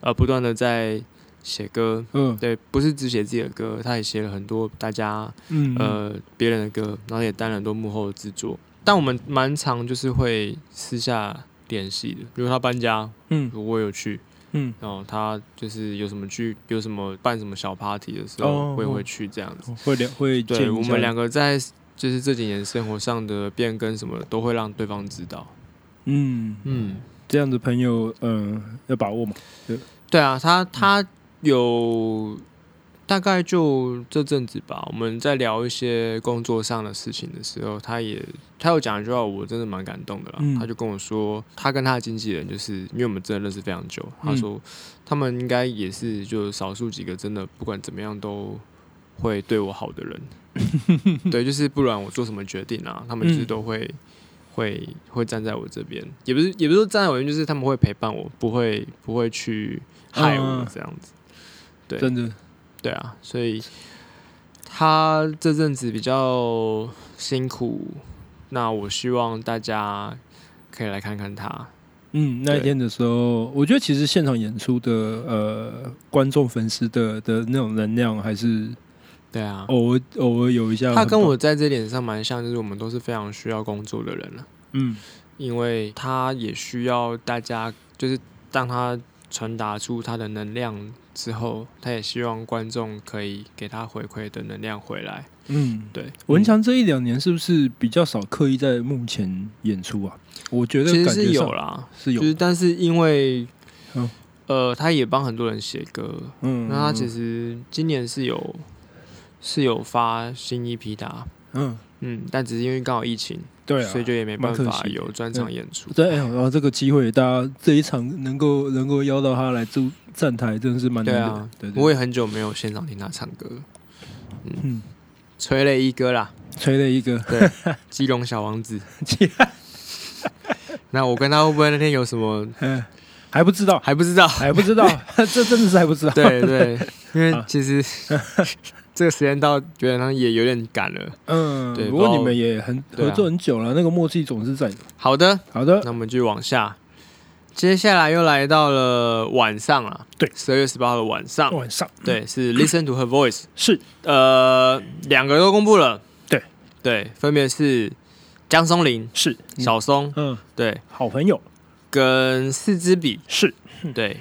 Speaker 1: 呃不断的在写歌，
Speaker 2: 嗯
Speaker 1: 对，不是只写自己的歌，他也写了很多大家
Speaker 2: 嗯
Speaker 1: 呃别人的歌，然后也担任很多幕后的制作，但我们蛮常就是会私下联系的，比如他搬家，
Speaker 2: 嗯
Speaker 1: 我有去，
Speaker 2: 嗯
Speaker 1: 然后他就是有什么去有什么办什么小 party 的时
Speaker 2: 哦
Speaker 1: 候，我也会去这样子。
Speaker 2: 嗯会聊会
Speaker 1: 对
Speaker 2: 见
Speaker 1: 我们两个在就是这几年生活上的变更什么的都会让对方知道。
Speaker 2: 嗯
Speaker 1: 嗯，
Speaker 2: 这样的朋友，嗯，要把握嘛，
Speaker 1: 对啊，他他有大概就这阵子吧，我们在聊一些工作上的事情的时候，他也他有讲一句话，我真的蛮感动的啦。
Speaker 2: 嗯
Speaker 1: 他就跟我说，他跟他的经纪人就是因为我们真的认识非常久，他
Speaker 2: 嗯
Speaker 1: 说他们应该也是就少数几个真的不管怎么样都会对我好的 人。对，就是不管我做什么决定啊，他们就是
Speaker 2: 嗯
Speaker 1: 都会。会会站在我这边，也不是也不是说站在我这边，就是他们会陪伴我，不会不会去害我
Speaker 2: 嗯
Speaker 1: 这样子。对
Speaker 2: 真的，
Speaker 1: 对啊，所以他这阵子比较辛苦，那我希望大家可以来看看他。
Speaker 2: 嗯，那一天的时候，我觉得其实现场演出的呃观众粉丝的的那种能量，还是
Speaker 1: 对啊，
Speaker 2: 偶尔偶尔有一哦下很棒。
Speaker 1: 他跟我在这点上蛮像，就是我们都是非常需要工作的人了、啊
Speaker 2: 嗯
Speaker 1: 因为他也需要大家，就是当他传达出他的能量之后，他也希望观众可以给他回馈的能量回来。
Speaker 2: 嗯，
Speaker 1: 对，
Speaker 2: 文强这一两年是不是比较少刻意在幕前演出啊？我觉得
Speaker 1: 其实
Speaker 2: 感
Speaker 1: 是
Speaker 2: 觉上
Speaker 1: 有啦，
Speaker 2: 是有
Speaker 1: 就是，但是因为
Speaker 2: 嗯，
Speaker 1: 呃，他也帮很多人写歌，
Speaker 2: 嗯，
Speaker 1: 那他其实今年是有是有发新一批的啊，
Speaker 2: 嗯，
Speaker 1: 嗯，但只是因为刚好疫情，
Speaker 2: 对啊，
Speaker 1: 所以就也没办
Speaker 2: 蛮可
Speaker 1: 法
Speaker 2: 惜的
Speaker 1: 有专场演出。
Speaker 2: 对，哎呦然后这个机会，大家这一场能够能够邀到他来驻站台，真的是蛮难
Speaker 1: 对
Speaker 2: 得
Speaker 1: 啊
Speaker 2: 的。对，对
Speaker 1: 我也很久没有现场听他唱歌了，嗯，
Speaker 2: 嗯，
Speaker 1: 催泪一哥啦，
Speaker 2: 吹了一个，
Speaker 1: 对，基隆小王 子。那我跟他会不会那天有什么
Speaker 2: 嗯，还不知道，
Speaker 1: 还不知道？
Speaker 2: 还不知道，这真的是还不知道。
Speaker 1: 对对，因为
Speaker 2: 啊
Speaker 1: 其 实这个时间到，觉得他也有点赶了。
Speaker 2: 嗯，
Speaker 1: 对
Speaker 2: 不过
Speaker 1: 不
Speaker 2: 你
Speaker 1: 过
Speaker 2: 们也很
Speaker 1: 对啊
Speaker 2: 合作很久了，那个默契总是在的。
Speaker 1: 好的，
Speaker 2: 好的，
Speaker 1: 那我们继续往下。接下来又来到了晚上了，
Speaker 2: 对哦
Speaker 1: 十二月十八号的晚上，
Speaker 2: 晚上
Speaker 1: 对，是 Listen to Her Voice，
Speaker 2: 是
Speaker 1: 呃，两个都公布了，
Speaker 2: 对
Speaker 1: 对，分别是江松林、
Speaker 2: 是
Speaker 1: 小松，
Speaker 2: 嗯，
Speaker 1: 对，
Speaker 2: 好朋友
Speaker 1: 跟四支笔，
Speaker 2: 是
Speaker 1: 对，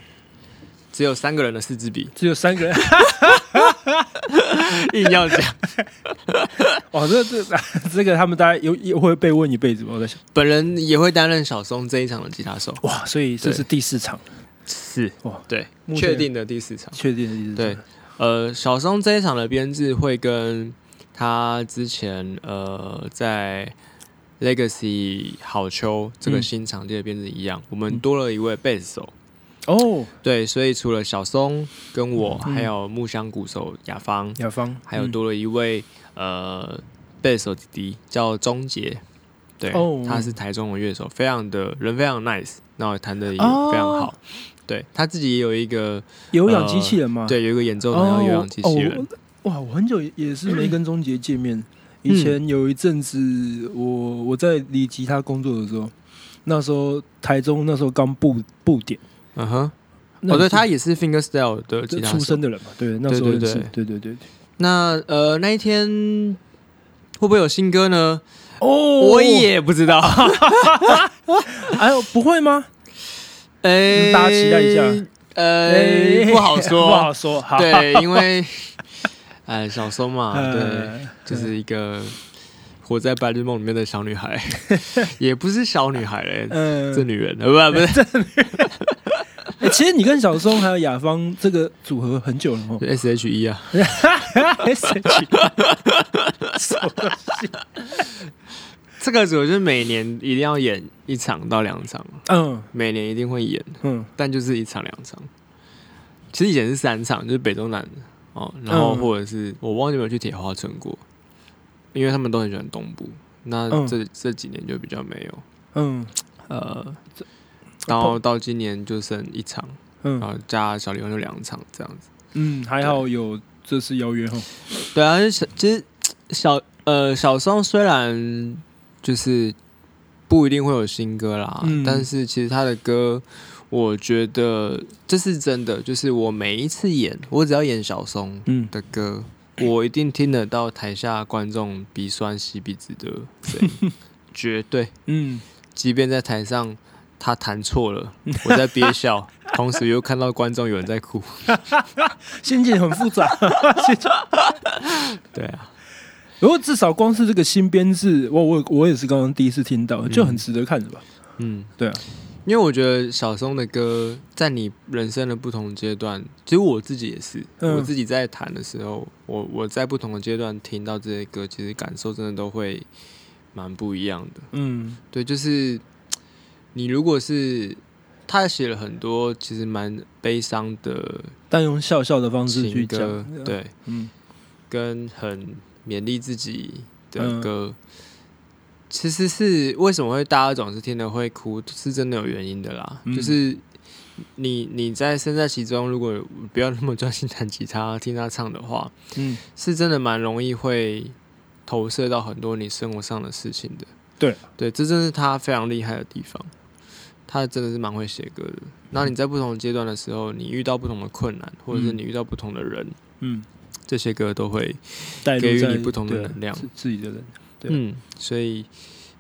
Speaker 1: 只有三个人的四支 笔，
Speaker 2: 只有三个人，
Speaker 1: 硬要讲。
Speaker 2: 哇，哦这 这这个他们大概有也会被问一辈子吧？我在想，
Speaker 1: 本人也会担任小松这一场的吉他手，
Speaker 2: 哇，所以这
Speaker 1: 对
Speaker 2: 是第四场，
Speaker 1: 是
Speaker 2: 哇，
Speaker 1: 对，
Speaker 2: 目前
Speaker 1: 确定的第四场。
Speaker 2: 确定的第四场，
Speaker 1: 对，呃，小松这一场的编制会跟他之前呃在 Legacy 好球这个
Speaker 2: 嗯
Speaker 1: 新场地的编制一样，我们多了一位贝斯手。
Speaker 2: 哦，
Speaker 1: 对，所以除了小松跟我，
Speaker 2: 嗯
Speaker 1: 还有木香鼓手雅芳，
Speaker 2: 雅芳
Speaker 1: 还有
Speaker 2: 嗯
Speaker 1: 多了一位、呃贝斯手弟弟叫钟杰，对，
Speaker 2: 哦
Speaker 1: 他是台中的乐手，非常的人非常 nice，那我弹的也
Speaker 2: 哦
Speaker 1: 非常好。对他自己也有一个
Speaker 2: 有氧机器人吗？
Speaker 1: 呃对有一个演奏团
Speaker 2: 哦，
Speaker 1: 叫
Speaker 2: 我
Speaker 1: 有氧机器人，
Speaker 2: 哦我哇，我很久也是没跟钟杰见面。
Speaker 1: 嗯
Speaker 2: 以前有一阵子，我我在离吉他工作的时候，那时候台中那时候刚布布点，
Speaker 1: 嗯哼，
Speaker 2: 那
Speaker 1: 哦，对
Speaker 2: 是
Speaker 1: 他也是 fingerstyle 的吉他
Speaker 2: 出
Speaker 1: 手
Speaker 2: 生。的人嘛，对，那时
Speaker 1: 对
Speaker 2: 候认
Speaker 1: 对
Speaker 2: 识，对对对。
Speaker 1: 那呃那一天会不会有新歌呢？
Speaker 2: 哦，
Speaker 1: 我也不知 道，
Speaker 2: 哎呦，不会吗？
Speaker 1: 哎，
Speaker 2: 嗯大家期待一下。
Speaker 1: 呃，不好
Speaker 2: 哎 不
Speaker 1: 说，
Speaker 2: 好说。好，
Speaker 1: 对，因为哎，小松 嘛，对，
Speaker 2: 呃，
Speaker 1: 就是一个活在白日梦里面的小女 孩，也不是小女孩嘞，
Speaker 2: 嗯
Speaker 1: 这女人，呃 不不是
Speaker 2: 哎其实你跟小松还有雅芳这个组合很久了哦。
Speaker 1: S H E 啊，
Speaker 2: S H，
Speaker 1: 这个组就是每年一定要演一场到两场，
Speaker 2: 嗯
Speaker 1: 每年一定会演，
Speaker 2: 嗯，
Speaker 1: 但就是一场两场。其实以前是三场，就是北中南哦，然后
Speaker 2: 嗯
Speaker 1: 或者是、我忘记有没有去铁花村过，因为他们都很喜欢东部，那
Speaker 2: 嗯
Speaker 1: 这、这几年就比较没有。
Speaker 2: 嗯
Speaker 1: 呃，到到今年就剩一场，然
Speaker 2: 嗯
Speaker 1: 后加小离婚就两场这样子。
Speaker 2: 嗯，还好有这次邀约哈。哦
Speaker 1: 对啊，就是小其实小呃小松虽然就是不一定会有新歌啦，
Speaker 2: 嗯
Speaker 1: 但是其实他的歌，我觉得这是真的，就是我每一次演，我只要演小松
Speaker 2: 嗯，
Speaker 1: 的歌。我一定听得到台下观众鼻酸吸鼻子的声 音，绝对。
Speaker 2: 嗯，
Speaker 1: 即便在台上他弹错了，我在憋 笑，同时又看到观众有人在哭。
Speaker 2: 心情很 复杂。
Speaker 1: 对啊，
Speaker 2: 不过至少光是这个新编制，我我我也是刚刚第一次听到，就很值得看的吧？
Speaker 1: 嗯，
Speaker 2: 对啊，
Speaker 1: 因为我觉得小松的歌在你人生的不同阶段，其实我自己也是，
Speaker 2: 嗯
Speaker 1: 我自己在弹的时候，我我在不同的阶段听到这些歌，其实感受真的都会蛮不一样的。
Speaker 2: 嗯
Speaker 1: 对，就是你如果是他写了很多其实蛮悲伤的
Speaker 2: 但用笑笑的方式去
Speaker 1: 情歌
Speaker 2: 讲，，，
Speaker 1: 对，
Speaker 2: 嗯
Speaker 1: 跟很勉励自己的
Speaker 2: 嗯
Speaker 1: 歌，其实是为什么会大家总是听了会哭，是真的有原因的啦。
Speaker 2: 嗯
Speaker 1: 就是你你在身在其中，如果不要那么专心弹吉他听他唱的话，
Speaker 2: 嗯，
Speaker 1: 是真的蛮容易会投射到很多你生活上的事情的。
Speaker 2: 对
Speaker 1: 对，这真是他非常厉害的地方。他真的是蛮会写歌的。那你在不同阶段的时候，你遇到不同的困难，或者是
Speaker 2: 嗯
Speaker 1: 你遇到不同的人，
Speaker 2: 嗯，
Speaker 1: 这些歌都会
Speaker 2: 带入
Speaker 1: 给予
Speaker 2: 在
Speaker 1: 你不同的
Speaker 2: 对啊
Speaker 1: 能量
Speaker 2: 自自己的人，对
Speaker 1: 嗯，所以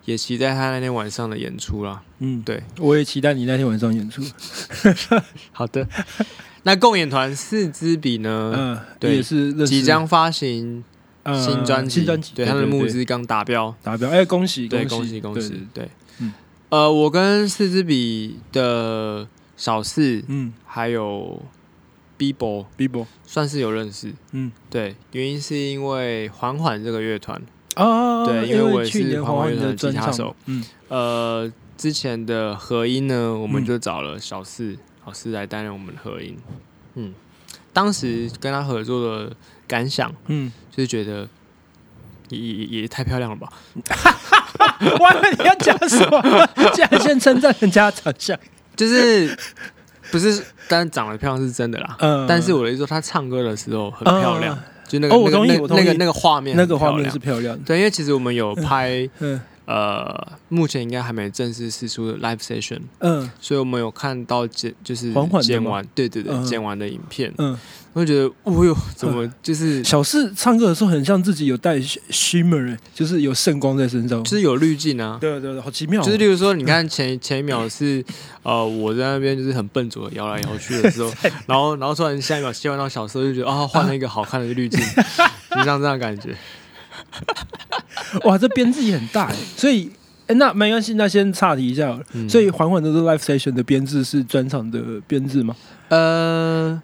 Speaker 1: 也期待他那天晚上的演出啦。
Speaker 2: 嗯，
Speaker 1: 对，
Speaker 2: 我也期待你那天晚上演出，
Speaker 1: 好 的。那共演团四支笔呢，
Speaker 2: 嗯，
Speaker 1: 呃对
Speaker 2: 也是认识
Speaker 1: 即将发行
Speaker 2: 呃
Speaker 1: 嗯新专辑，
Speaker 2: 新专辑，
Speaker 1: 对他们的募
Speaker 2: 对
Speaker 1: 资刚达标，
Speaker 2: 达标，哎，恭喜
Speaker 1: 对，
Speaker 2: 恭
Speaker 1: 恭喜恭
Speaker 2: 对
Speaker 1: 喜
Speaker 2: 对，
Speaker 1: 对
Speaker 2: 嗯。
Speaker 1: 呃，我跟四支笔的小四
Speaker 2: 嗯
Speaker 1: 还有 Bibo
Speaker 2: ，Bibo，
Speaker 1: 算是有认识，
Speaker 2: 嗯
Speaker 1: 对，原因是因为缓缓这个乐团，
Speaker 2: 啊
Speaker 1: 对因为
Speaker 2: 因
Speaker 1: 我也
Speaker 2: 去
Speaker 1: 是
Speaker 2: 年
Speaker 1: 黄
Speaker 2: 黄
Speaker 1: 伟
Speaker 2: 的
Speaker 1: 的吉
Speaker 2: 专
Speaker 1: 他
Speaker 2: 场
Speaker 1: 手，
Speaker 2: 嗯
Speaker 1: 呃，之前的合音呢，我们
Speaker 2: 嗯
Speaker 1: 就找了小四老师来担任我们的合音。嗯，当时跟他合作的感想
Speaker 2: 嗯，
Speaker 1: 就是觉得也也也也太漂亮了吧，嗯
Speaker 2: 完了你要讲什么？竟然先称赞人家长相，
Speaker 1: 就是不是，但长得漂亮是真的啦。
Speaker 2: 嗯
Speaker 1: 但是我的意思说，她唱歌的时候很漂亮
Speaker 2: 嗯，
Speaker 1: 就那个
Speaker 2: 哦我
Speaker 1: 那个
Speaker 2: 同意
Speaker 1: 那个
Speaker 2: 我同意
Speaker 1: 那个那个画面，
Speaker 2: 那个画面是。漂亮的。
Speaker 1: 对，因为其实我们有拍，
Speaker 2: 嗯
Speaker 1: 呃，目前应该还没正式试出的 live session，
Speaker 2: 嗯
Speaker 1: 所以我们有看到剪就是
Speaker 2: 缓缓的
Speaker 1: 剪
Speaker 2: 吗
Speaker 1: 完，对对对，
Speaker 2: 嗯
Speaker 1: 剪完的影片，
Speaker 2: 嗯，
Speaker 1: 我就觉得，哦呦，怎么就是
Speaker 2: 小四唱歌的时候很像自己有带 sh- shimmer，欸就是有圣光在身上。
Speaker 1: 就是有滤镜啊？
Speaker 2: 对对对，好奇妙哦。
Speaker 1: 就是例如说，你看前前一秒是呃我在那边就是很笨拙地摇来摇去的时候，然后然后突然下一秒切换到小时候就觉得啊换了一个好看的滤镜，就像这样的感觉。
Speaker 2: 哇，这编制也很大欸，所以。哎，那没关系，那先岔题一下好了。
Speaker 1: 嗯
Speaker 2: 所以缓缓的这 live session 的编制是专场的编制吗？
Speaker 1: 呃，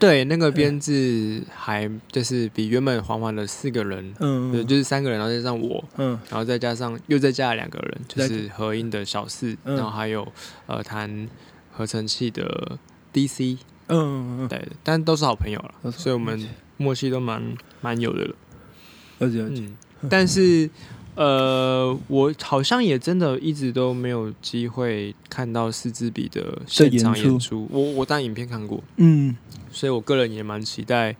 Speaker 1: 对，那个编制还就是比原本缓缓的四个人，对，
Speaker 2: 嗯
Speaker 1: 就是三个人，然后再加上我，
Speaker 2: 嗯
Speaker 1: 然后再加上又再加了两个人，就
Speaker 2: 再
Speaker 1: 是合音的小四，
Speaker 2: 嗯
Speaker 1: 然后还有呃弹合成器的 DC，
Speaker 2: 嗯嗯，嗯
Speaker 1: 对，但都是好朋友了，
Speaker 2: 都是好
Speaker 1: 所以我们默契都蛮蛮有的了。
Speaker 2: 了解了解。
Speaker 1: 嗯，但是呃，我好像也真的一直都没有机会看到四支笔的现场
Speaker 2: 演
Speaker 1: 演出。我我当然影片看过，
Speaker 2: 嗯，
Speaker 1: 所以我个人也蛮期待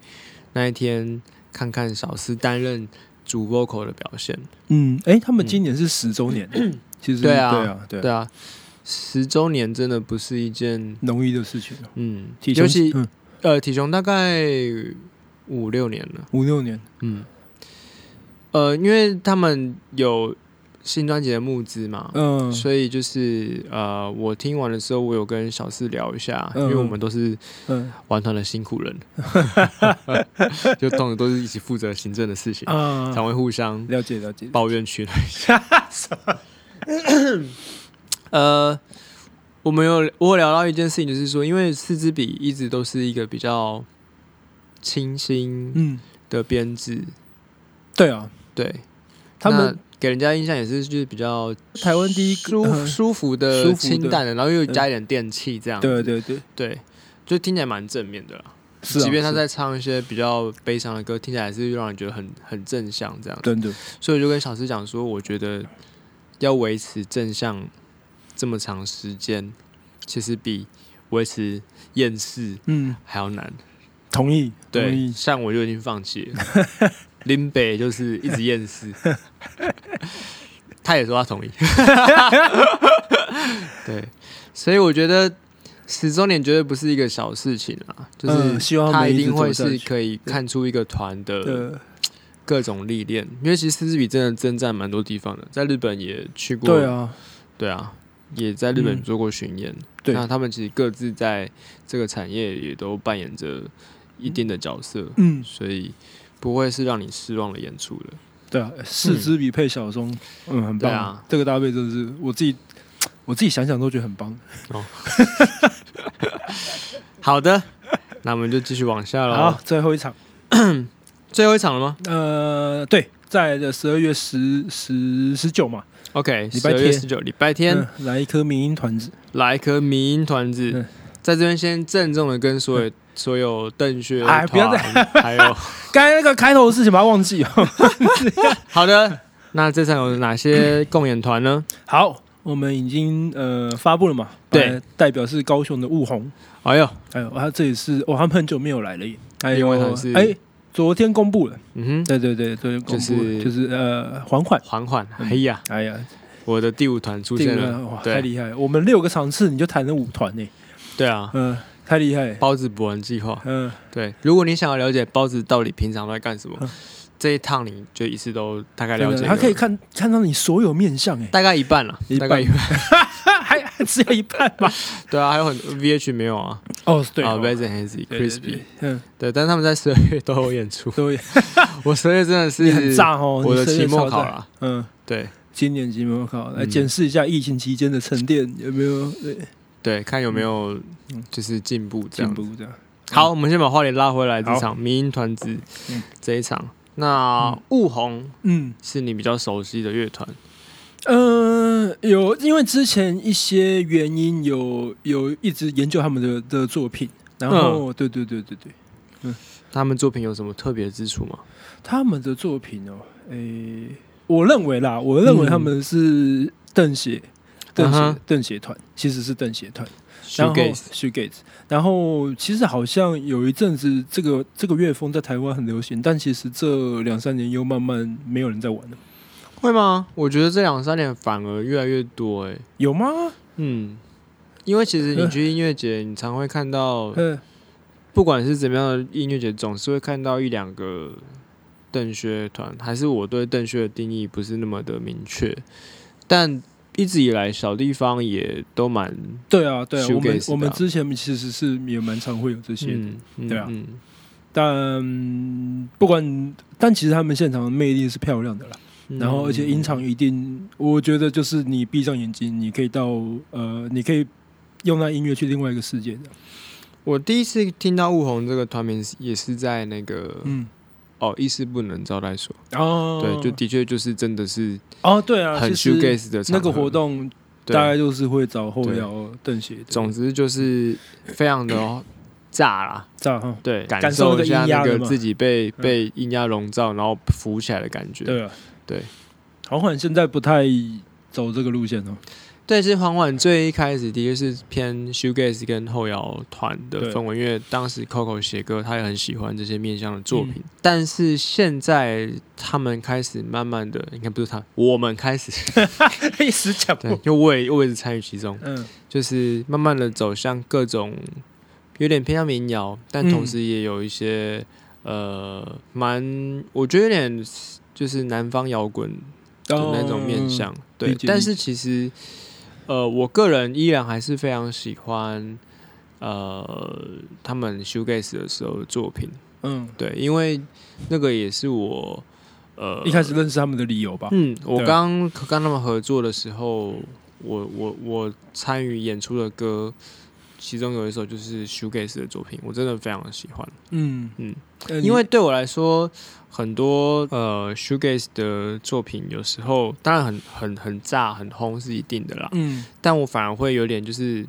Speaker 1: 那一天看看小四担任主 vocal 的表现。
Speaker 2: 嗯，哎、他们今年是十周年，其实
Speaker 1: 对啊
Speaker 2: 对啊，对
Speaker 1: 对
Speaker 2: 啊，
Speaker 1: 啊，十周年真的不是一件
Speaker 2: 容易的事情。
Speaker 1: 嗯，
Speaker 2: 体
Speaker 1: 尤
Speaker 2: 雄
Speaker 1: 其
Speaker 2: 嗯
Speaker 1: 呃体雄大概五六年了。
Speaker 2: 五六年，
Speaker 1: 嗯，呃，因为他们有新专辑的募资嘛，
Speaker 2: 嗯
Speaker 1: 所以就是呃，我听完的时候，我有跟小四聊一下，
Speaker 2: 嗯
Speaker 1: 因为我们都是
Speaker 2: 嗯
Speaker 1: 玩团的辛苦 人， 就通常都是一起负责行政的事情，
Speaker 2: 啊，
Speaker 1: 常会互相
Speaker 2: 了解了解。
Speaker 1: 抱怨取暖一下。呃，我们有我有聊到一件事情，就是说，因为四支笔一直都是一个比较清新
Speaker 2: 嗯，
Speaker 1: 的编制，
Speaker 2: 对啊，
Speaker 1: 对，
Speaker 2: 他们
Speaker 1: 那给人家印象也是就是比较
Speaker 2: 台湾第一个
Speaker 1: 舒
Speaker 2: 嗯
Speaker 1: 舒服
Speaker 2: 舒
Speaker 1: 的、
Speaker 2: 服的嗯
Speaker 1: 清淡的，然后又加一点电器这样
Speaker 2: 对
Speaker 1: 子，
Speaker 2: 对对，
Speaker 1: 对，就听起来蛮正面的啦。
Speaker 2: 是啊
Speaker 1: 即便他
Speaker 2: 是
Speaker 1: 在唱一些比较悲伤的歌，听起来还是让人觉得很很正向这样子。
Speaker 2: 真的，
Speaker 1: 所以我就跟小师讲说，我觉得要维持正向这么长时间，其实比维持厌世
Speaker 2: 嗯，
Speaker 1: 还要难。
Speaker 2: 同意，同
Speaker 1: 对，
Speaker 2: 意，
Speaker 1: 像我就已经放弃了。林北就是一直厌世， 他也说他同意。 对，所以我觉得十周年绝对不是一个小事情啊，就是、
Speaker 2: 嗯希望他
Speaker 1: 他
Speaker 2: 们
Speaker 1: 一
Speaker 2: 一直
Speaker 1: 定
Speaker 2: 走
Speaker 1: 会
Speaker 2: 下
Speaker 1: 是
Speaker 2: 去
Speaker 1: 可以看出一个团的
Speaker 2: 对
Speaker 1: 各种历练，因为其实四支笔真的征战蛮多地方的，在日本也去过，
Speaker 2: 对，啊，
Speaker 1: 对啊，也在日本
Speaker 2: 嗯
Speaker 1: 做过巡演，
Speaker 2: 对
Speaker 1: 那他们其实各自在这个产业也都扮演着一定的角色，
Speaker 2: 嗯，
Speaker 1: 所以不会是让你失望的演出了。
Speaker 2: 对啊，四支笔配小钟，嗯，很棒
Speaker 1: 对啊，
Speaker 2: 这个搭配真的是我自己，我自己想想都觉得很棒。
Speaker 1: 好 的，那我们就继续往下
Speaker 2: 好
Speaker 1: 喽。，
Speaker 2: 最后一场，
Speaker 1: 最后一场了吗
Speaker 2: 呃，对，在的十二月十十十九嘛，
Speaker 1: ？OK，
Speaker 2: 礼拜
Speaker 1: 12月
Speaker 2: 天
Speaker 1: 十九礼拜天、
Speaker 2: 嗯来一颗民音团子，
Speaker 1: 来一颗迷音团子，
Speaker 2: 嗯
Speaker 1: 在这边先郑重的跟所有、所有邓学
Speaker 2: 哎不要再
Speaker 1: 团还有
Speaker 2: 刚才那个开头的事情把它忘记哦。
Speaker 1: 好的，那这场有哪些共演团呢？
Speaker 2: 好，我们已经呃发布了嘛，哎
Speaker 1: 对，
Speaker 2: 代表是高雄的雾红，
Speaker 1: 哎呦，
Speaker 2: 还有啊，这也是哇，他们很久没有来了耶，还
Speaker 1: 另
Speaker 2: 有
Speaker 1: 外一场是
Speaker 2: 哎，昨天公布了，
Speaker 1: 嗯哼，
Speaker 2: 对对对，昨天公布
Speaker 1: 就
Speaker 2: 了，
Speaker 1: 是
Speaker 2: 就是呃缓缓，
Speaker 1: 缓缓，
Speaker 2: 嗯
Speaker 1: 哎呀，
Speaker 2: 哎呀，
Speaker 1: 我的第五团出
Speaker 2: 这
Speaker 1: 现
Speaker 2: 个
Speaker 1: 了，
Speaker 2: 哇
Speaker 1: 对
Speaker 2: 太厉害了，我们六个场次你就谈了五团呢，
Speaker 1: 对啊，
Speaker 2: 嗯，太厉害了，
Speaker 1: 包子博文计划，
Speaker 2: 嗯，
Speaker 1: 对，如果你想要了解包子到底平常都在干什么
Speaker 2: 嗯，
Speaker 1: 这一趟你就一次都大概了
Speaker 2: 真
Speaker 1: 解
Speaker 2: 的
Speaker 1: 个，
Speaker 2: 他可以看看到你所有面相哎，
Speaker 1: 大概一半了
Speaker 2: 一，
Speaker 1: 大
Speaker 2: 半
Speaker 1: 概一半，
Speaker 2: 啊还还只有一半吧？
Speaker 1: 对啊，还有很 VH 没有啊，
Speaker 2: 哦，对
Speaker 1: 啊
Speaker 2: 哦对
Speaker 1: ，Red and Hazy
Speaker 2: 对对
Speaker 1: Crispy，
Speaker 2: 嗯，，
Speaker 1: 对，但是他们在十二月都有演出
Speaker 2: 对，
Speaker 1: 我十二月真的是
Speaker 2: 你很炸哦，
Speaker 1: 我的
Speaker 2: 你生日
Speaker 1: 期末
Speaker 2: 超
Speaker 1: 考
Speaker 2: 炸，
Speaker 1: 了，
Speaker 2: 嗯。
Speaker 1: 对
Speaker 2: 今年期末考，来
Speaker 1: 嗯
Speaker 2: 检视一下疫情期间的沉淀有没有呃
Speaker 1: 对，看有没有
Speaker 2: 嗯
Speaker 1: 就是进步这
Speaker 2: 进
Speaker 1: 样子
Speaker 2: 步，这样。
Speaker 1: 好，我们先把话题拉回来，这
Speaker 2: 好
Speaker 1: 场民音团子
Speaker 2: 嗯
Speaker 1: 这一场，那雾红
Speaker 2: 嗯
Speaker 1: 是你比较熟悉的乐团，
Speaker 2: 呃，有因为之前一些原因有有一直研究他们的的作品，然
Speaker 1: 嗯
Speaker 2: 后、对对对对对，
Speaker 1: 他们作品有什么特别之处吗？
Speaker 2: 他们的作品哦，诶、我认为啦，我认为
Speaker 1: 嗯
Speaker 2: 他们是邓写。邓
Speaker 1: 嗯
Speaker 2: 协
Speaker 1: 哼
Speaker 2: 邓协团，其实是邓协团。然后
Speaker 1: shoegaze
Speaker 2: shoegaze，然后其实好像有一阵子这个这个乐风在台湾很流行，但其实这两三年又慢慢没有人在玩了。
Speaker 1: 会吗？我觉得这两三年反而越来越多哎、
Speaker 2: 有吗？
Speaker 1: 嗯，因为其实你去音乐节，你常会看到，
Speaker 2: 嗯，
Speaker 1: 不管是怎么样的音乐节，总是会看到一两个邓薛团，还是我对邓薛的定义不是那么的明确，但一直以来小地方也都蛮
Speaker 2: 对啊，对啊，我们
Speaker 1: shoegaze
Speaker 2: 我们
Speaker 1: 的啊
Speaker 2: 之前其实是也蛮常会有这些的，
Speaker 1: 嗯，嗯
Speaker 2: 对啊
Speaker 1: 嗯
Speaker 2: 但不管，但其实他们现场的魅力是漂亮的啦。
Speaker 1: 嗯
Speaker 2: 然后而且音场一定，我觉得就是你闭上眼睛，你可以到呃，你可以用那音乐去另外一个世界的。
Speaker 1: 我第一次听到雾红这个团名是也是在那个、
Speaker 2: 嗯，
Speaker 1: 哦，意思不能招待所，
Speaker 2: 哦，
Speaker 1: 对，就的确就是真的是
Speaker 2: 哦，对啊，
Speaker 1: 很
Speaker 2: 其实
Speaker 1: shoegaze 的
Speaker 2: 那
Speaker 1: 场
Speaker 2: 个
Speaker 1: 合
Speaker 2: 活，动
Speaker 1: 对
Speaker 2: 大概就是会找后摇邓协
Speaker 1: 总之就是非常 的炸啦，
Speaker 2: 炸哈，
Speaker 1: 对，感
Speaker 2: 感受那
Speaker 1: 受
Speaker 2: 个
Speaker 1: 一下那
Speaker 2: 阴压的
Speaker 1: 个
Speaker 2: 嘛
Speaker 1: 自己被
Speaker 2: 嗯
Speaker 1: 被阴压笼罩，然后浮起来的感觉。
Speaker 2: 对啊，
Speaker 1: 对，
Speaker 2: 好像现在不太走这个 路线哦，
Speaker 1: 对，其实缓缓最一开始的确是偏 shoegaze 跟后摇团的
Speaker 2: 对
Speaker 1: 氛围，因为当时 Coco 写歌，他也很喜欢这些面向的作
Speaker 2: 嗯
Speaker 1: 品。但是现在他们开始慢慢的，应该不是他，我们开 始，
Speaker 2: 一时讲
Speaker 1: 对，，就我也我也是参与其中，
Speaker 2: 嗯，
Speaker 1: 就是慢慢的走向各种有点偏向民谣，但
Speaker 2: 嗯
Speaker 1: 同时也有一些、呃蛮，我觉得有点就是南方摇滚的那种面向。对
Speaker 2: 哦理，解
Speaker 1: 但
Speaker 2: 理
Speaker 1: 是其实呃，我个人依然还是非常喜欢呃他们 shoegaze 的时候的作品，
Speaker 2: 嗯，
Speaker 1: 对，因为那个也是我呃
Speaker 2: 嗯，一开始认识他们的理由吧，
Speaker 1: 嗯，我
Speaker 2: 对啊
Speaker 1: 刚跟他们合作的时候，我我我参与演出的歌，其中有一首就是 shoegaze 的作品，我真的非常的喜欢，
Speaker 2: 嗯
Speaker 1: 嗯
Speaker 2: 呃
Speaker 1: 因为对我来说，很多呃 shoegaze 的作品有时候当然很很很炸很轰是一定的啦，
Speaker 2: 嗯，
Speaker 1: 但我反而会有点就是。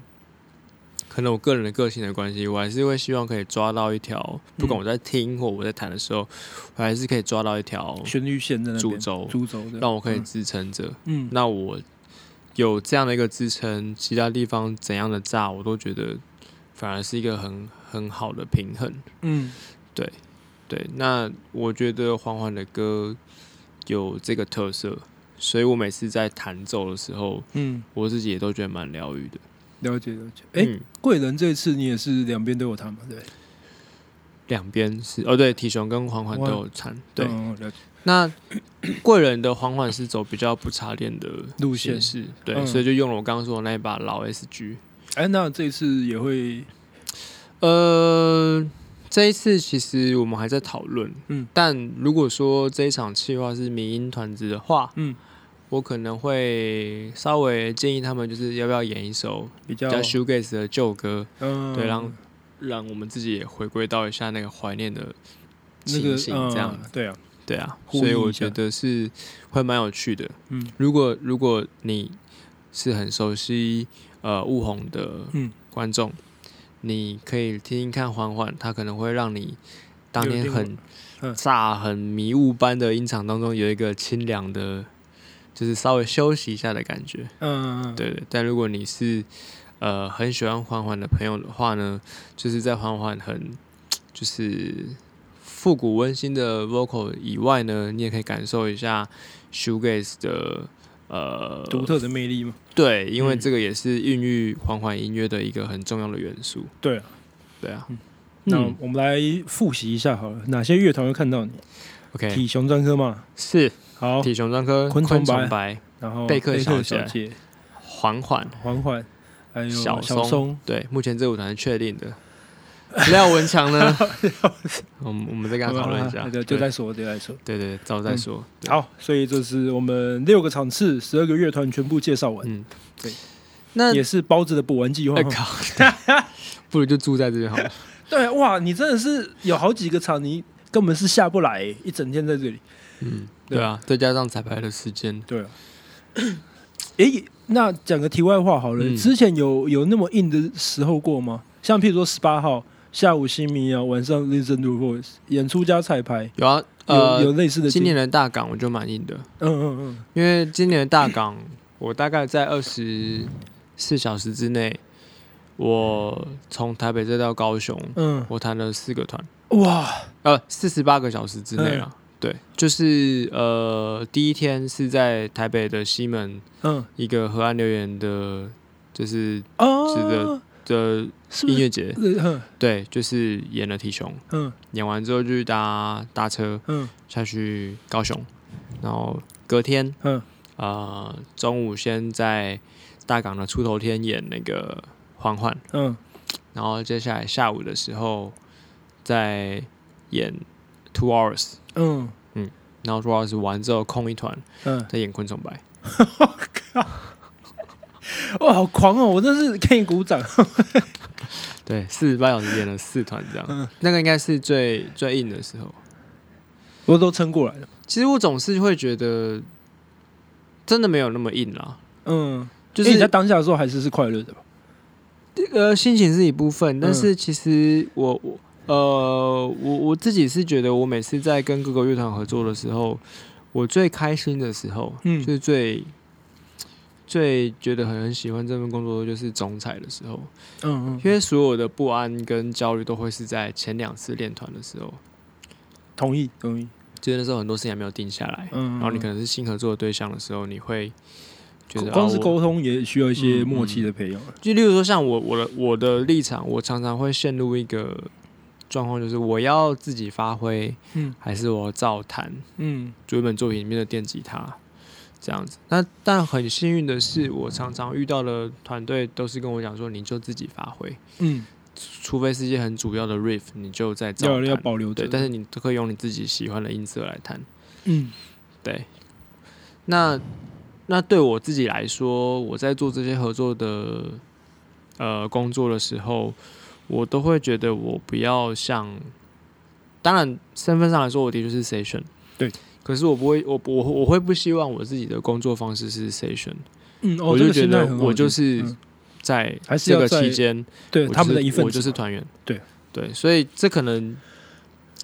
Speaker 1: 可能我个人的个性的关系，我还是会希望可以抓到一条，不管我在听或我在弹的时候，我还是可以抓到一条
Speaker 2: 旋律线在那
Speaker 1: 主
Speaker 2: 边，
Speaker 1: 轴，
Speaker 2: 主轴的，
Speaker 1: 让我可以支撑着。
Speaker 2: 嗯，嗯，
Speaker 1: 那我有这样的一个支撑，其他地方怎样的炸，我都觉得反而是一个很很好的平衡。
Speaker 2: 嗯，
Speaker 1: 对，那我觉得缓缓的歌有这个特色，所以我每次在弹奏的时候，
Speaker 2: 嗯，
Speaker 1: 我自己也都觉得蛮疗愈的。
Speaker 2: 了解了解，哎，
Speaker 1: 嗯
Speaker 2: 贵人这次你也是两边都有他嘛，对不对，
Speaker 1: 两边是哦，对，体雄跟缓缓都有缠。对，
Speaker 2: 嗯了解，
Speaker 1: 那贵人的缓缓是走比较不插电的
Speaker 2: 路线
Speaker 1: 是，对，
Speaker 2: 嗯
Speaker 1: 所以就用了我刚刚说的那一把老 SG。
Speaker 2: 哎，那这次也会，
Speaker 1: 呃，这一次其实我们还在讨论，
Speaker 2: 嗯
Speaker 1: 但如果说这一场计划是民音团子的话，
Speaker 2: 嗯，
Speaker 1: 我可能会稍微建议他们，就是要不要演一首
Speaker 2: 比
Speaker 1: 比
Speaker 2: 较
Speaker 1: 较，shoegaze 的旧歌，
Speaker 2: 嗯，
Speaker 1: 对让让我们自己也回归到一下那个怀念的
Speaker 2: 那个
Speaker 1: 情形，这样、
Speaker 2: 嗯对啊，
Speaker 1: 对啊，
Speaker 2: 呼应
Speaker 1: 所以我
Speaker 2: 一下
Speaker 1: 觉得是会蛮有趣的。
Speaker 2: 嗯
Speaker 1: 如果如果你是很熟悉呃雾红的
Speaker 2: 嗯
Speaker 1: 观众，你可以听听看缓缓，它可能会让你当
Speaker 2: 有
Speaker 1: 天
Speaker 2: 另
Speaker 1: 很
Speaker 2: 嗯
Speaker 1: 炸、很迷雾般的音场当中有一个清凉的，就是稍微休息一下的感觉。
Speaker 2: 嗯，嗯，
Speaker 1: 对对，但如果你是呃很喜欢缓缓的朋友的话呢，就是在缓缓很就是复古温馨的 vocal 以外呢，你也可以感受一下 shoegaze 的呃
Speaker 2: 独特的魅力嘛，
Speaker 1: 对，因为
Speaker 2: 嗯
Speaker 1: 这个也是孕育缓缓音乐的一个很重要的元素。
Speaker 2: 对啊。
Speaker 1: 对啊，
Speaker 2: 嗯那
Speaker 1: 嗯
Speaker 2: 我们来复习一下好了，哪些乐团会看到你？
Speaker 1: ，OK，
Speaker 2: 体雄专科嘛，
Speaker 1: 是
Speaker 2: 好，
Speaker 1: 哎体雄专科
Speaker 2: 昆虫白
Speaker 1: 白、
Speaker 2: 然后
Speaker 1: 贝克
Speaker 2: 克
Speaker 1: 小
Speaker 2: 小姐、
Speaker 1: 缓缓，
Speaker 2: 缓缓，还有
Speaker 1: 小松
Speaker 2: 松，
Speaker 1: 对，目前这舞团是确定的。 廖文强 呢？我们我们再跟他讨论一下
Speaker 2: 好吧，
Speaker 1: 对
Speaker 2: 对，就在说，就在说。
Speaker 1: 对对，对早再
Speaker 2: 嗯
Speaker 1: 说。对，
Speaker 2: 好，所以这是我们六个场次、十二个乐团全部介绍完，
Speaker 1: 嗯，
Speaker 2: 对。
Speaker 1: 那
Speaker 2: 也是包子的补完计划
Speaker 1: 哎。靠， 不如就住在这边好了。
Speaker 2: 对，哇，你真的是有好几个场，你根本是下不来，一整天在这里。
Speaker 1: 嗯，
Speaker 2: 对
Speaker 1: 对啊，再加上彩排的时间，
Speaker 2: 对啊。 诶，那讲个题外话好了，
Speaker 1: 嗯
Speaker 2: 之前有有那么硬的时候过吗？像譬如说十八号下午新民谣，晚上 Listen to Voice 演出加彩排，
Speaker 1: 有啊，
Speaker 2: 有
Speaker 1: 呃，
Speaker 2: 有类似的经
Speaker 1: 今年的大港我就满意的，
Speaker 2: 嗯嗯嗯，
Speaker 1: 因为今年的大港我大概在二十四小时之内，我从台北再到高雄，
Speaker 2: 嗯，
Speaker 1: 我弹了四个团，
Speaker 2: 哇，
Speaker 1: 呃，四十八个小时之内
Speaker 2: 嗯
Speaker 1: 了。对，就是呃，第一天是在台北的西门
Speaker 2: 嗯，
Speaker 1: 一个河岸留言的，就是
Speaker 2: 哦，
Speaker 1: 值得的
Speaker 2: 是不
Speaker 1: 音
Speaker 2: 是？
Speaker 1: 乐 节，
Speaker 2: 嗯
Speaker 1: 对，就是演了提熊，
Speaker 2: 嗯
Speaker 1: 演完之后就去搭搭车
Speaker 2: 嗯
Speaker 1: 下去高雄，然后隔天
Speaker 2: 嗯，
Speaker 1: 呃中午先在大港的出头天演那个缓缓，
Speaker 2: 嗯，
Speaker 1: 然后接下来下午的时候再演 Two Hours，
Speaker 2: 嗯
Speaker 1: 然后 Two Hours 完之后空一团
Speaker 2: 嗯，
Speaker 1: 再演昆虫白，
Speaker 2: 哇，好狂哦！我真是可以鼓掌。
Speaker 1: 对，四十八小时演了四团这样，那个应该是最最硬的时候。
Speaker 2: 我都撑过来了。
Speaker 1: 其实我总是会觉得真的没有那么硬啦，
Speaker 2: 嗯，
Speaker 1: 就
Speaker 2: 就是是你在当下的时候还是是快乐的吧？
Speaker 1: 呃，心情是一部分，但
Speaker 2: 嗯
Speaker 1: 是其实我我呃我我自己是觉得，我每次在跟各个乐团合作的时候，我最开心的时候，
Speaker 2: 嗯
Speaker 1: 就是最最觉得很很喜欢这份工作，就是总彩的时候，
Speaker 2: 嗯嗯，
Speaker 1: 因为所有的不安跟焦虑都会是在前两次练团的时候，
Speaker 2: 同意同意。
Speaker 1: 就是那时候很多事情还没有定下来，
Speaker 2: 嗯，
Speaker 1: 然后你可能是新合作的对象的时候，你会觉得嗯
Speaker 2: 光
Speaker 1: 啊
Speaker 2: 是
Speaker 1: 我
Speaker 2: 沟通也需要一些默契的培养。
Speaker 1: 就例如说，像我我的我的立场，我常常会陷入一个状况，就是我要自己发挥，
Speaker 2: 嗯
Speaker 1: 还是我要照弹
Speaker 2: 嗯
Speaker 1: 就一本作品里面的电吉他这样子。那但很幸运的是，我常常遇到的团队都是跟我讲说，你就自己发挥，
Speaker 2: 嗯，
Speaker 1: 除非是一些很主要的 riff，你就在照
Speaker 2: 要要
Speaker 1: 弹。
Speaker 2: 保留
Speaker 1: 对，
Speaker 2: 着。
Speaker 1: 但
Speaker 2: 是
Speaker 1: 是你都可以用你自己喜欢的音色来弹。
Speaker 2: 嗯
Speaker 1: 对，那那对我自己来说，我在做这些合作的呃工作的时候，我都会觉得我不要像，当然身份上来说，我的确是 session，
Speaker 2: 对，
Speaker 1: 可是我不会，我我我会不希望我自己的工作方式是 session，、
Speaker 2: 嗯，哦
Speaker 1: 我
Speaker 2: 这
Speaker 1: 就
Speaker 2: 个
Speaker 1: 觉
Speaker 2: 心态
Speaker 1: 得
Speaker 2: 很好
Speaker 1: 我就
Speaker 2: 听
Speaker 1: 是
Speaker 2: 嗯
Speaker 1: 在
Speaker 2: 还是
Speaker 1: 这
Speaker 2: 要
Speaker 1: 个
Speaker 2: 在
Speaker 1: 期间，
Speaker 2: 对
Speaker 1: 我就
Speaker 2: 他们的
Speaker 1: 是
Speaker 2: 一份
Speaker 1: 我
Speaker 2: 子
Speaker 1: 就是
Speaker 2: 嘛
Speaker 1: 团员，
Speaker 2: 对
Speaker 1: 对，所以这可能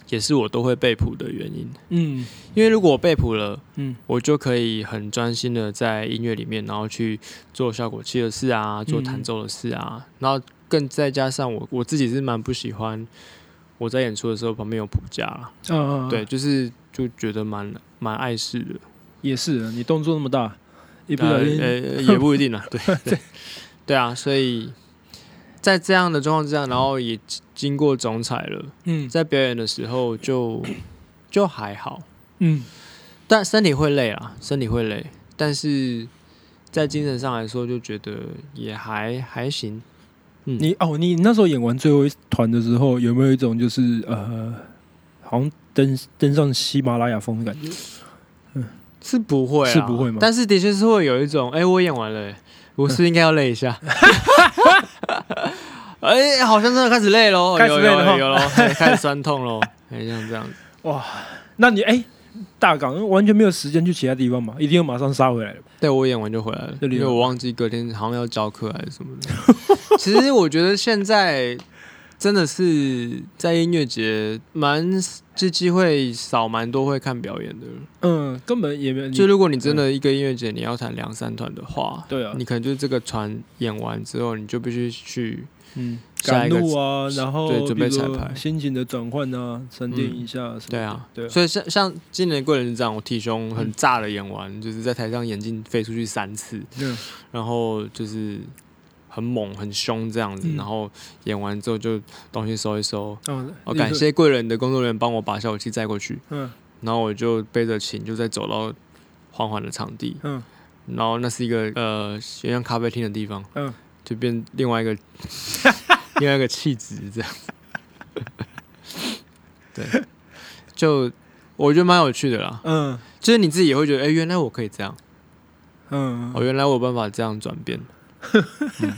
Speaker 1: 也是我都会被捕的原因，
Speaker 2: 嗯
Speaker 1: 因为如果我被捕了。
Speaker 2: 嗯
Speaker 1: 我就可以很专心的在音乐里面，然后去做效果器的事啊，做
Speaker 2: 嗯
Speaker 1: 弹奏的事啊，然后更再加上我我自己是蛮不喜欢我在演出的时候旁边有谱架啦，
Speaker 2: 啊，
Speaker 1: 对，就是就觉得蛮蛮碍事的，
Speaker 2: 也是啊你动作那么大，一不
Speaker 1: 呃
Speaker 2: 小心
Speaker 1: 呃也不一定啦， 对对对啊，所以在这样的状况之下，然后也经过总彩了，
Speaker 2: 嗯
Speaker 1: 在表演的时候就就还好，
Speaker 2: 嗯
Speaker 1: 但身体会累啊，身体会累，但是在精神上来说，就觉得也还还行。嗯，
Speaker 2: 你哦，你那时候演完最后一团的时候，有没有一种就是呃，好像登登上喜马拉雅峰的感觉？
Speaker 1: 是不会、啊，
Speaker 2: 是不会吗
Speaker 1: 但是的确是会有一种，哎、我演完了、哎我是不是应该要累一 下？哎、好像真的开始累喽，
Speaker 2: 开始累了哈
Speaker 1: 有有有喽，哎开始酸痛喽，哎、像这样子。
Speaker 2: 那你哎、大港完全没有时间去其他地方嘛，一定要马上杀回来了。
Speaker 1: 对我演完就回来了，
Speaker 2: 就离
Speaker 1: 因
Speaker 2: 了
Speaker 1: 为我忘记隔天好像要教课还是什么的。 其实我觉得现在真的是在音乐节蛮这机会少蛮多会看表演的。
Speaker 2: 嗯，根本也没有。
Speaker 1: 就如果你真的一个音乐节你要弹两三团的话，
Speaker 2: 对啊
Speaker 1: 你可能就是这个团演完之后，你就必须去
Speaker 2: 嗯，
Speaker 1: 下
Speaker 2: 赶
Speaker 1: 一个
Speaker 2: 路啊，然后
Speaker 1: 对准备
Speaker 2: 比如说
Speaker 1: 彩排
Speaker 2: 心情的转换啊，沉淀一下、什么的
Speaker 1: 对啊，
Speaker 2: 对啊
Speaker 1: 所以像像今年贵人长，我体兄很炸的演完，就是在台上眼镜飞出去三次，
Speaker 2: 嗯
Speaker 1: 然后就是很猛、很凶这样子，
Speaker 2: 嗯
Speaker 1: 然后演完之后就东西收一收。
Speaker 2: 嗯，
Speaker 1: 哦，
Speaker 2: 立刻
Speaker 1: 感。谢贵人的工作人员帮我把效果器载过去，
Speaker 2: 嗯
Speaker 1: 然后我就背着琴就再走到缓缓的场地，
Speaker 2: 嗯
Speaker 1: 然后那是一个呃，有点像咖啡厅的地方，
Speaker 2: 嗯，
Speaker 1: 就变另外一个另外一个气质这样 子。对，就我觉得蛮有趣的啦，
Speaker 2: 嗯
Speaker 1: 就是你自己也会觉得，哎、原来我可以这样。
Speaker 2: 嗯
Speaker 1: 哦，原来我有办法这样转变，嗯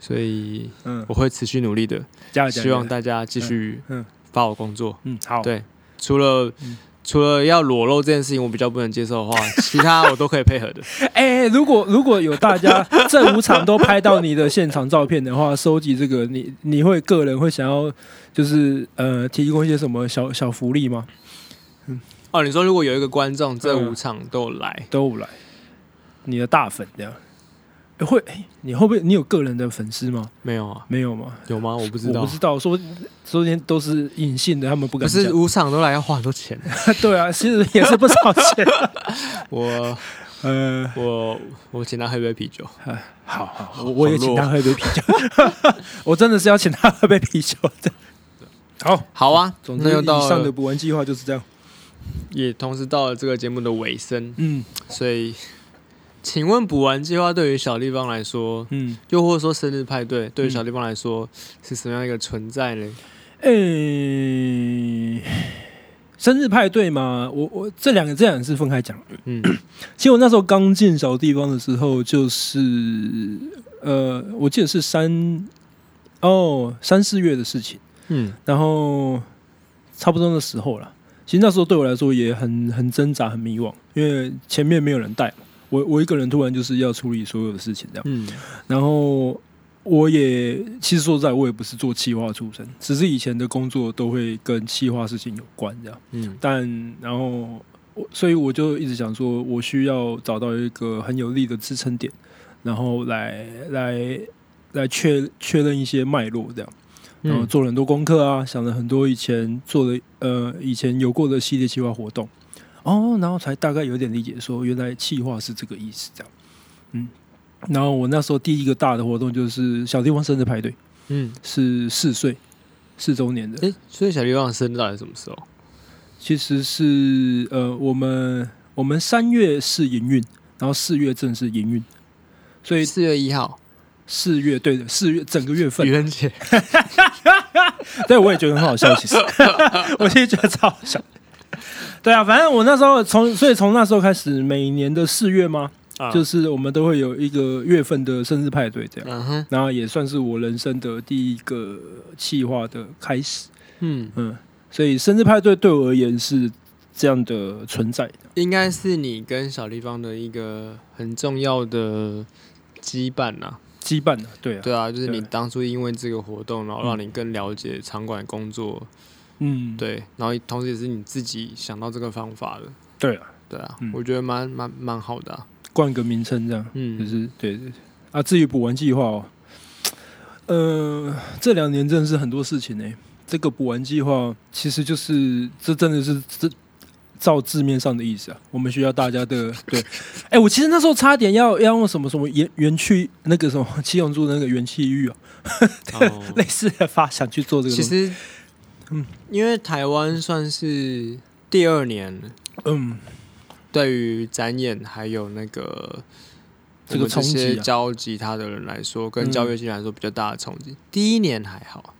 Speaker 1: 所以
Speaker 2: 嗯，
Speaker 1: 我会持续努力的，
Speaker 2: 加油加油！
Speaker 1: 希望大家继续
Speaker 2: 嗯嗯
Speaker 1: 发我工作。
Speaker 2: 嗯好，
Speaker 1: 对，除了
Speaker 2: 嗯
Speaker 1: 除了要裸露这件事情我比较不能接受的话，其他我都可以配合的。
Speaker 2: 哎、如果如果有大家这五场都拍到你的现场照片的话，收集这个，你你会个人会想要就是呃提供一些什么小小福利吗？嗯
Speaker 1: 哦，你说如果有一个观众这五场都有来，
Speaker 2: 都有来，你的大粉这样。诶会，诶你会不会你有个人的粉丝吗？
Speaker 1: 没有啊？
Speaker 2: 没有吗？
Speaker 1: 有吗？我不知
Speaker 2: 我
Speaker 1: 道
Speaker 2: 不，知道，说说那天都是隐性的，他们不
Speaker 1: 可
Speaker 2: 敢
Speaker 1: 是
Speaker 2: 讲。
Speaker 1: 五场都来要花很多钱。
Speaker 2: 对啊，其实也是不少钱。
Speaker 1: 我
Speaker 2: 呃，
Speaker 1: 我我请他喝一杯啤酒，
Speaker 2: 好好，我我也
Speaker 1: 好弱
Speaker 2: 请他喝一杯啤酒， 我真的是要请他喝杯啤酒 的。好，
Speaker 1: 好啊，
Speaker 2: 总
Speaker 1: 那
Speaker 2: 之
Speaker 1: 就到
Speaker 2: 以上的
Speaker 1: 了，
Speaker 2: 补完计划就是这样。
Speaker 1: 也同时到了这个节目的尾声，
Speaker 2: 嗯
Speaker 1: 所以，请问补完计划对于小地方来说，
Speaker 2: 嗯，
Speaker 1: 又或者说生日派对对于
Speaker 2: 嗯
Speaker 1: 小地方来说、是什么样一个存在呢？
Speaker 2: 诶、哎生日派对嘛，我我这两个这两个是分开讲。
Speaker 1: 嗯，
Speaker 2: 其实我那时候刚进小地方的时候，就是呃，我记得是三哦三四月的事情，
Speaker 1: 嗯，
Speaker 2: 然后差不多那时候了。其实那时候对我来说也很很挣扎、很迷惘，因为前面没有人带嘛，我我一个人突然就是要处理所有的事情这样。
Speaker 1: 嗯，
Speaker 2: 然后我也其实说实在，我也不是做企划出身，只是以前的工作都会跟企划事情有关这样。
Speaker 1: 嗯，
Speaker 2: 但然后我，所以我就一直想说，我需要找到一个很有力的支撑点，然后来来来确确认一些脉络这样。然后
Speaker 1: 嗯，
Speaker 2: 做了很多功课啊，想了很多以前做的呃以前有过的系列企划活动，哦，然后才大概有点理解说原来企划是这个意思这样，嗯，然后我那时候第一个大的活动就是小地方生日派对，
Speaker 1: 嗯，
Speaker 2: 是四岁四周年的，
Speaker 1: 哎、所以小地方的生日到底是什么时候？
Speaker 2: 其实是呃我们我们三月是营运，然后四月正式营运，所以
Speaker 1: 四月一号，
Speaker 2: 四月对的四月整个月份
Speaker 1: 愚人 节。
Speaker 2: 对，我也觉得很好笑， 其实我其实觉得超好笑。对啊，反正我那时候从，所以从那时候开始，每年的四月吗？
Speaker 1: 啊
Speaker 2: 就是我们都会有一个月份的生日派对，这样，
Speaker 1: 嗯哼，
Speaker 2: 然后也算是我人生的第一个计划的开始。
Speaker 1: 嗯，
Speaker 2: 嗯，所以生日派对对我而言是这样的存在。
Speaker 1: 应该是你跟小地方的一个很重要的羁绊呐、
Speaker 2: 羁绊的，对啊，
Speaker 1: 对啊，就是你
Speaker 2: 对
Speaker 1: 当初因为这个活动，然后让你更了解场馆工作，
Speaker 2: 嗯，
Speaker 1: 对，然后同时也是你自己想到这个方法的，
Speaker 2: 对啊，
Speaker 1: 对啊，
Speaker 2: 嗯
Speaker 1: 我觉得蛮蛮蛮好的、啊，
Speaker 2: 冠个名称这样。就
Speaker 1: 嗯，
Speaker 2: 是对对对啊，至于补完计划哦，呃，这两年真的是很多事情呢、这个补完计划其实就是这真的是这照字面上的意思啊，我们需要大家的对。哎、我其实那时候差点要要用什么什么园园区那个什么七龙珠那个元气玉啊，
Speaker 1: 哦
Speaker 2: 类似的发想去做这个
Speaker 1: 其
Speaker 2: 东西。
Speaker 1: 实，嗯
Speaker 2: 嗯，
Speaker 1: 因为台湾算是第二年了
Speaker 2: 嗯，
Speaker 1: 对于展演还有那个
Speaker 2: 这
Speaker 1: 我
Speaker 2: 个
Speaker 1: 们这
Speaker 2: 冲击啊
Speaker 1: 些教吉他的人来说，跟
Speaker 2: 嗯
Speaker 1: 教乐器来说比较大的冲击。第一年还好，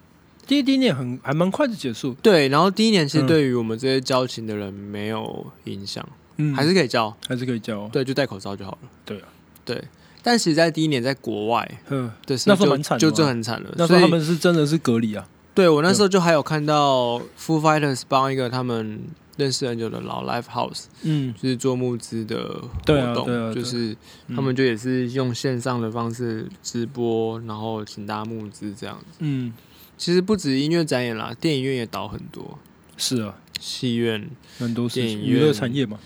Speaker 2: 第一第一年很还蛮快就结束，
Speaker 1: 对，然后第一年其实
Speaker 2: 嗯
Speaker 1: 对于我们这些交情的人没有影响，
Speaker 2: 嗯，
Speaker 1: 还是可以教，
Speaker 2: 还是可以教、哦。
Speaker 1: 对，就戴口罩就好了。
Speaker 2: 对啊，
Speaker 1: 对。但其实，在第一年在国外
Speaker 2: 嗯，
Speaker 1: 的时候
Speaker 2: 那时候
Speaker 1: 就
Speaker 2: 蛮惨的
Speaker 1: 就
Speaker 2: 嘛
Speaker 1: 这很惨了。
Speaker 2: 那时
Speaker 1: 所
Speaker 2: 候
Speaker 1: 以
Speaker 2: 他们是真的是隔离啊，
Speaker 1: 对我那时候就还有看到 Foo Fighters 帮一个他们认识很久的老 Live House，
Speaker 2: 嗯，
Speaker 1: 就是做募资的
Speaker 2: 对
Speaker 1: 活
Speaker 2: 啊对
Speaker 1: 动，
Speaker 2: 啊对啊
Speaker 1: 就是
Speaker 2: 嗯
Speaker 1: 他们就也是用线上的方式直播，然后请大家募资这样子。
Speaker 2: 嗯
Speaker 1: 其实不止音乐展演啦，电影院也倒很多，
Speaker 2: 是啊，
Speaker 1: 戏院、
Speaker 2: 很多事情，
Speaker 1: 电影
Speaker 2: 娱乐
Speaker 1: 院
Speaker 2: 产业嘛，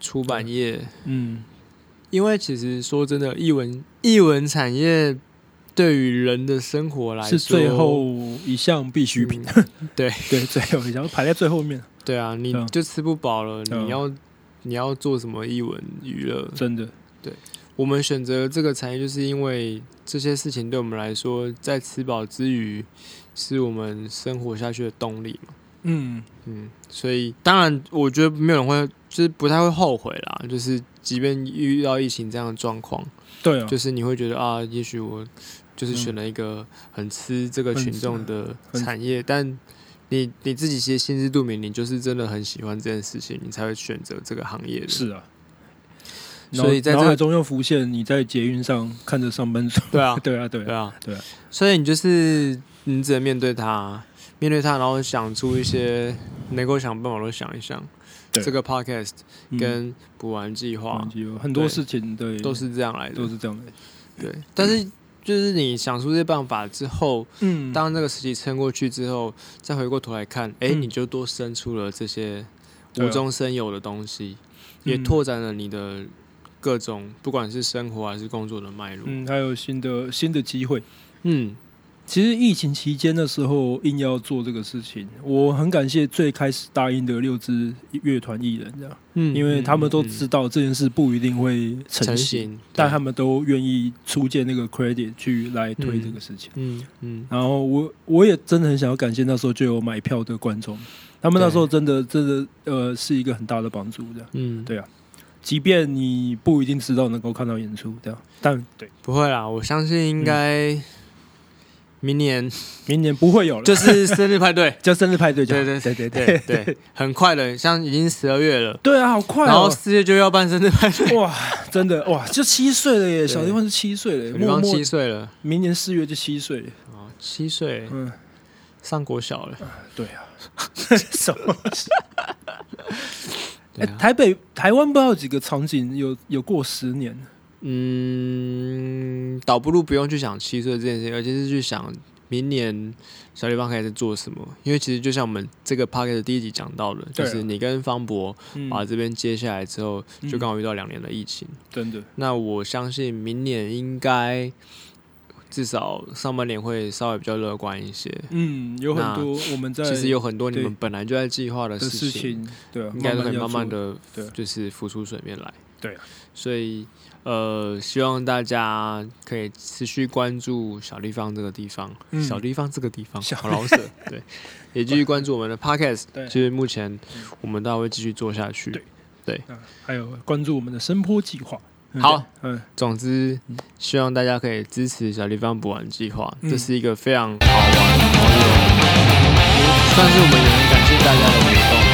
Speaker 1: 出版业，
Speaker 2: 嗯，
Speaker 1: 因为其实说真的，艺文艺文产业对于人的生活来说
Speaker 2: 是最后一项必需品，
Speaker 1: 嗯
Speaker 2: 对，最后一项排在最后面，
Speaker 1: 对啊，你
Speaker 2: 嗯
Speaker 1: 就吃不饱了，
Speaker 2: 嗯
Speaker 1: 你要你要做什么艺文娱乐？
Speaker 2: 真的，
Speaker 1: 我们选择这个产业，就是因为这些事情对我们来说，在吃饱之余，是我们生活下去的动力嘛。
Speaker 2: 嗯，
Speaker 1: 嗯，所以当然，我觉得没有人会，就是不太会后悔啦。就是即便遇到疫情这样的状况，
Speaker 2: 对啊，
Speaker 1: 就是你会觉得啊，也许我就是选了一个很吃这个群众的
Speaker 2: 很
Speaker 1: 产业，但你你自己其实心知肚明，你就是真的很喜欢这件事情，你才会选择这个行业的。
Speaker 2: 是啊，
Speaker 1: 所以在
Speaker 2: 脑
Speaker 1: 这个
Speaker 2: 海中又浮现你在捷运上看着上班族，，
Speaker 1: 对啊
Speaker 2: 对啊，对
Speaker 1: 对
Speaker 2: 啊，
Speaker 1: 啊，
Speaker 2: 对啊
Speaker 1: 所以你就是你只能面对它，面对它，然后想出一些能够想办法都想一想。
Speaker 2: 对
Speaker 1: 这个 podcast
Speaker 2: 嗯
Speaker 1: 跟补完计划
Speaker 2: 忘记了很多事情，对，
Speaker 1: 都是这样来
Speaker 2: 都
Speaker 1: 的，
Speaker 2: 是这样的，
Speaker 1: 对。但是就是你想出这些办法之后，
Speaker 2: 嗯，
Speaker 1: 当这个时期撑过去之后，再回过头来看，哎、
Speaker 2: 嗯
Speaker 1: 你就多生出了这些
Speaker 2: 对
Speaker 1: 无
Speaker 2: 啊
Speaker 1: 中生有的东西，也
Speaker 2: 嗯
Speaker 1: 拓展了你的各种不管是生活还是工作的脉络。
Speaker 2: 嗯，还有新的新的机会。
Speaker 1: 嗯
Speaker 2: 其实疫情期间的时候，硬要做这个事情，我很感谢最开始答应的六支乐团艺人，这样，
Speaker 1: 嗯
Speaker 2: 因为他们都
Speaker 1: 嗯嗯
Speaker 2: 知道这件事不一定会成
Speaker 1: 成
Speaker 2: 型，
Speaker 1: 型，
Speaker 2: 但
Speaker 1: 对
Speaker 2: 他们都愿意出借那个 credit 去来推
Speaker 1: 嗯
Speaker 2: 这个事情。
Speaker 1: 嗯嗯
Speaker 2: 然后我我也真的很想要感谢那时候就有买票的观众，他们那时候真的真的呃是一个很大的帮助的。
Speaker 1: 嗯，
Speaker 2: 对啊即便你不一定知道能够看到演出，这样，但对，
Speaker 1: 不会啦，我相信
Speaker 2: 嗯
Speaker 1: 应该明年
Speaker 2: 明年不会有了，就。
Speaker 1: 就是 生日派对
Speaker 2: 就生日派对就好，
Speaker 1: 对
Speaker 2: 对对
Speaker 1: 对对，很快了，像已经十二月了，
Speaker 2: 对啊，好快
Speaker 1: 然后
Speaker 2: 哦！
Speaker 1: 四月就要办生日派对，
Speaker 2: 哇，真的哇，就七岁了耶，
Speaker 1: 对
Speaker 2: 小地方是七岁了耶，
Speaker 1: 女
Speaker 2: 默
Speaker 1: 方
Speaker 2: 默
Speaker 1: 七岁了，
Speaker 2: 明年四月就七岁了。
Speaker 1: 哦，七岁
Speaker 2: 嗯，
Speaker 1: 上国小了，
Speaker 2: 对 啊，什么？
Speaker 1: 对
Speaker 2: 哎，
Speaker 1: 啊
Speaker 2: 台北、台湾不知道有几个场景有有过十年，
Speaker 1: 嗯，倒不如不用去想七岁这件事情，而且是去想明年小地方开始做什么。因为其实就像我们这个 p o c k e t 第一集讲到的，就
Speaker 2: 对啊
Speaker 1: 是你跟方博
Speaker 2: 嗯
Speaker 1: 把这边接下来之后，就
Speaker 2: 嗯
Speaker 1: 刚好遇到两年的疫情。
Speaker 2: 真的，
Speaker 1: 那我相信明年应该至少上半年会稍微比较乐观一些。
Speaker 2: 嗯，有很
Speaker 1: 那
Speaker 2: 多我们在
Speaker 1: 其实有很多你
Speaker 2: 对
Speaker 1: 们本来就在计划的
Speaker 2: 的事
Speaker 1: 事情，
Speaker 2: 情，对啊，
Speaker 1: 应该都可以
Speaker 2: 要
Speaker 1: 慢慢
Speaker 2: 做，
Speaker 1: 的
Speaker 2: 对啊，
Speaker 1: 就是浮出水面来。
Speaker 2: 对啊，
Speaker 1: 所以呃，希望大家可以持续关注小地方这个地方，
Speaker 2: 嗯
Speaker 1: 小地方这个地方，
Speaker 2: 小
Speaker 1: 好老 舍对，也继续关注我们的 podcast。
Speaker 2: 对嗯
Speaker 1: 其实目前我们都还会继续做下去
Speaker 2: 对。啊还有关注我们的声波计划。嗯
Speaker 1: 好，
Speaker 2: 嗯，
Speaker 1: 总之，希望大家可以支持小地方补完计划，
Speaker 2: 嗯
Speaker 1: 这是一个非常好玩，然后又算是我们也很感谢大家的互动。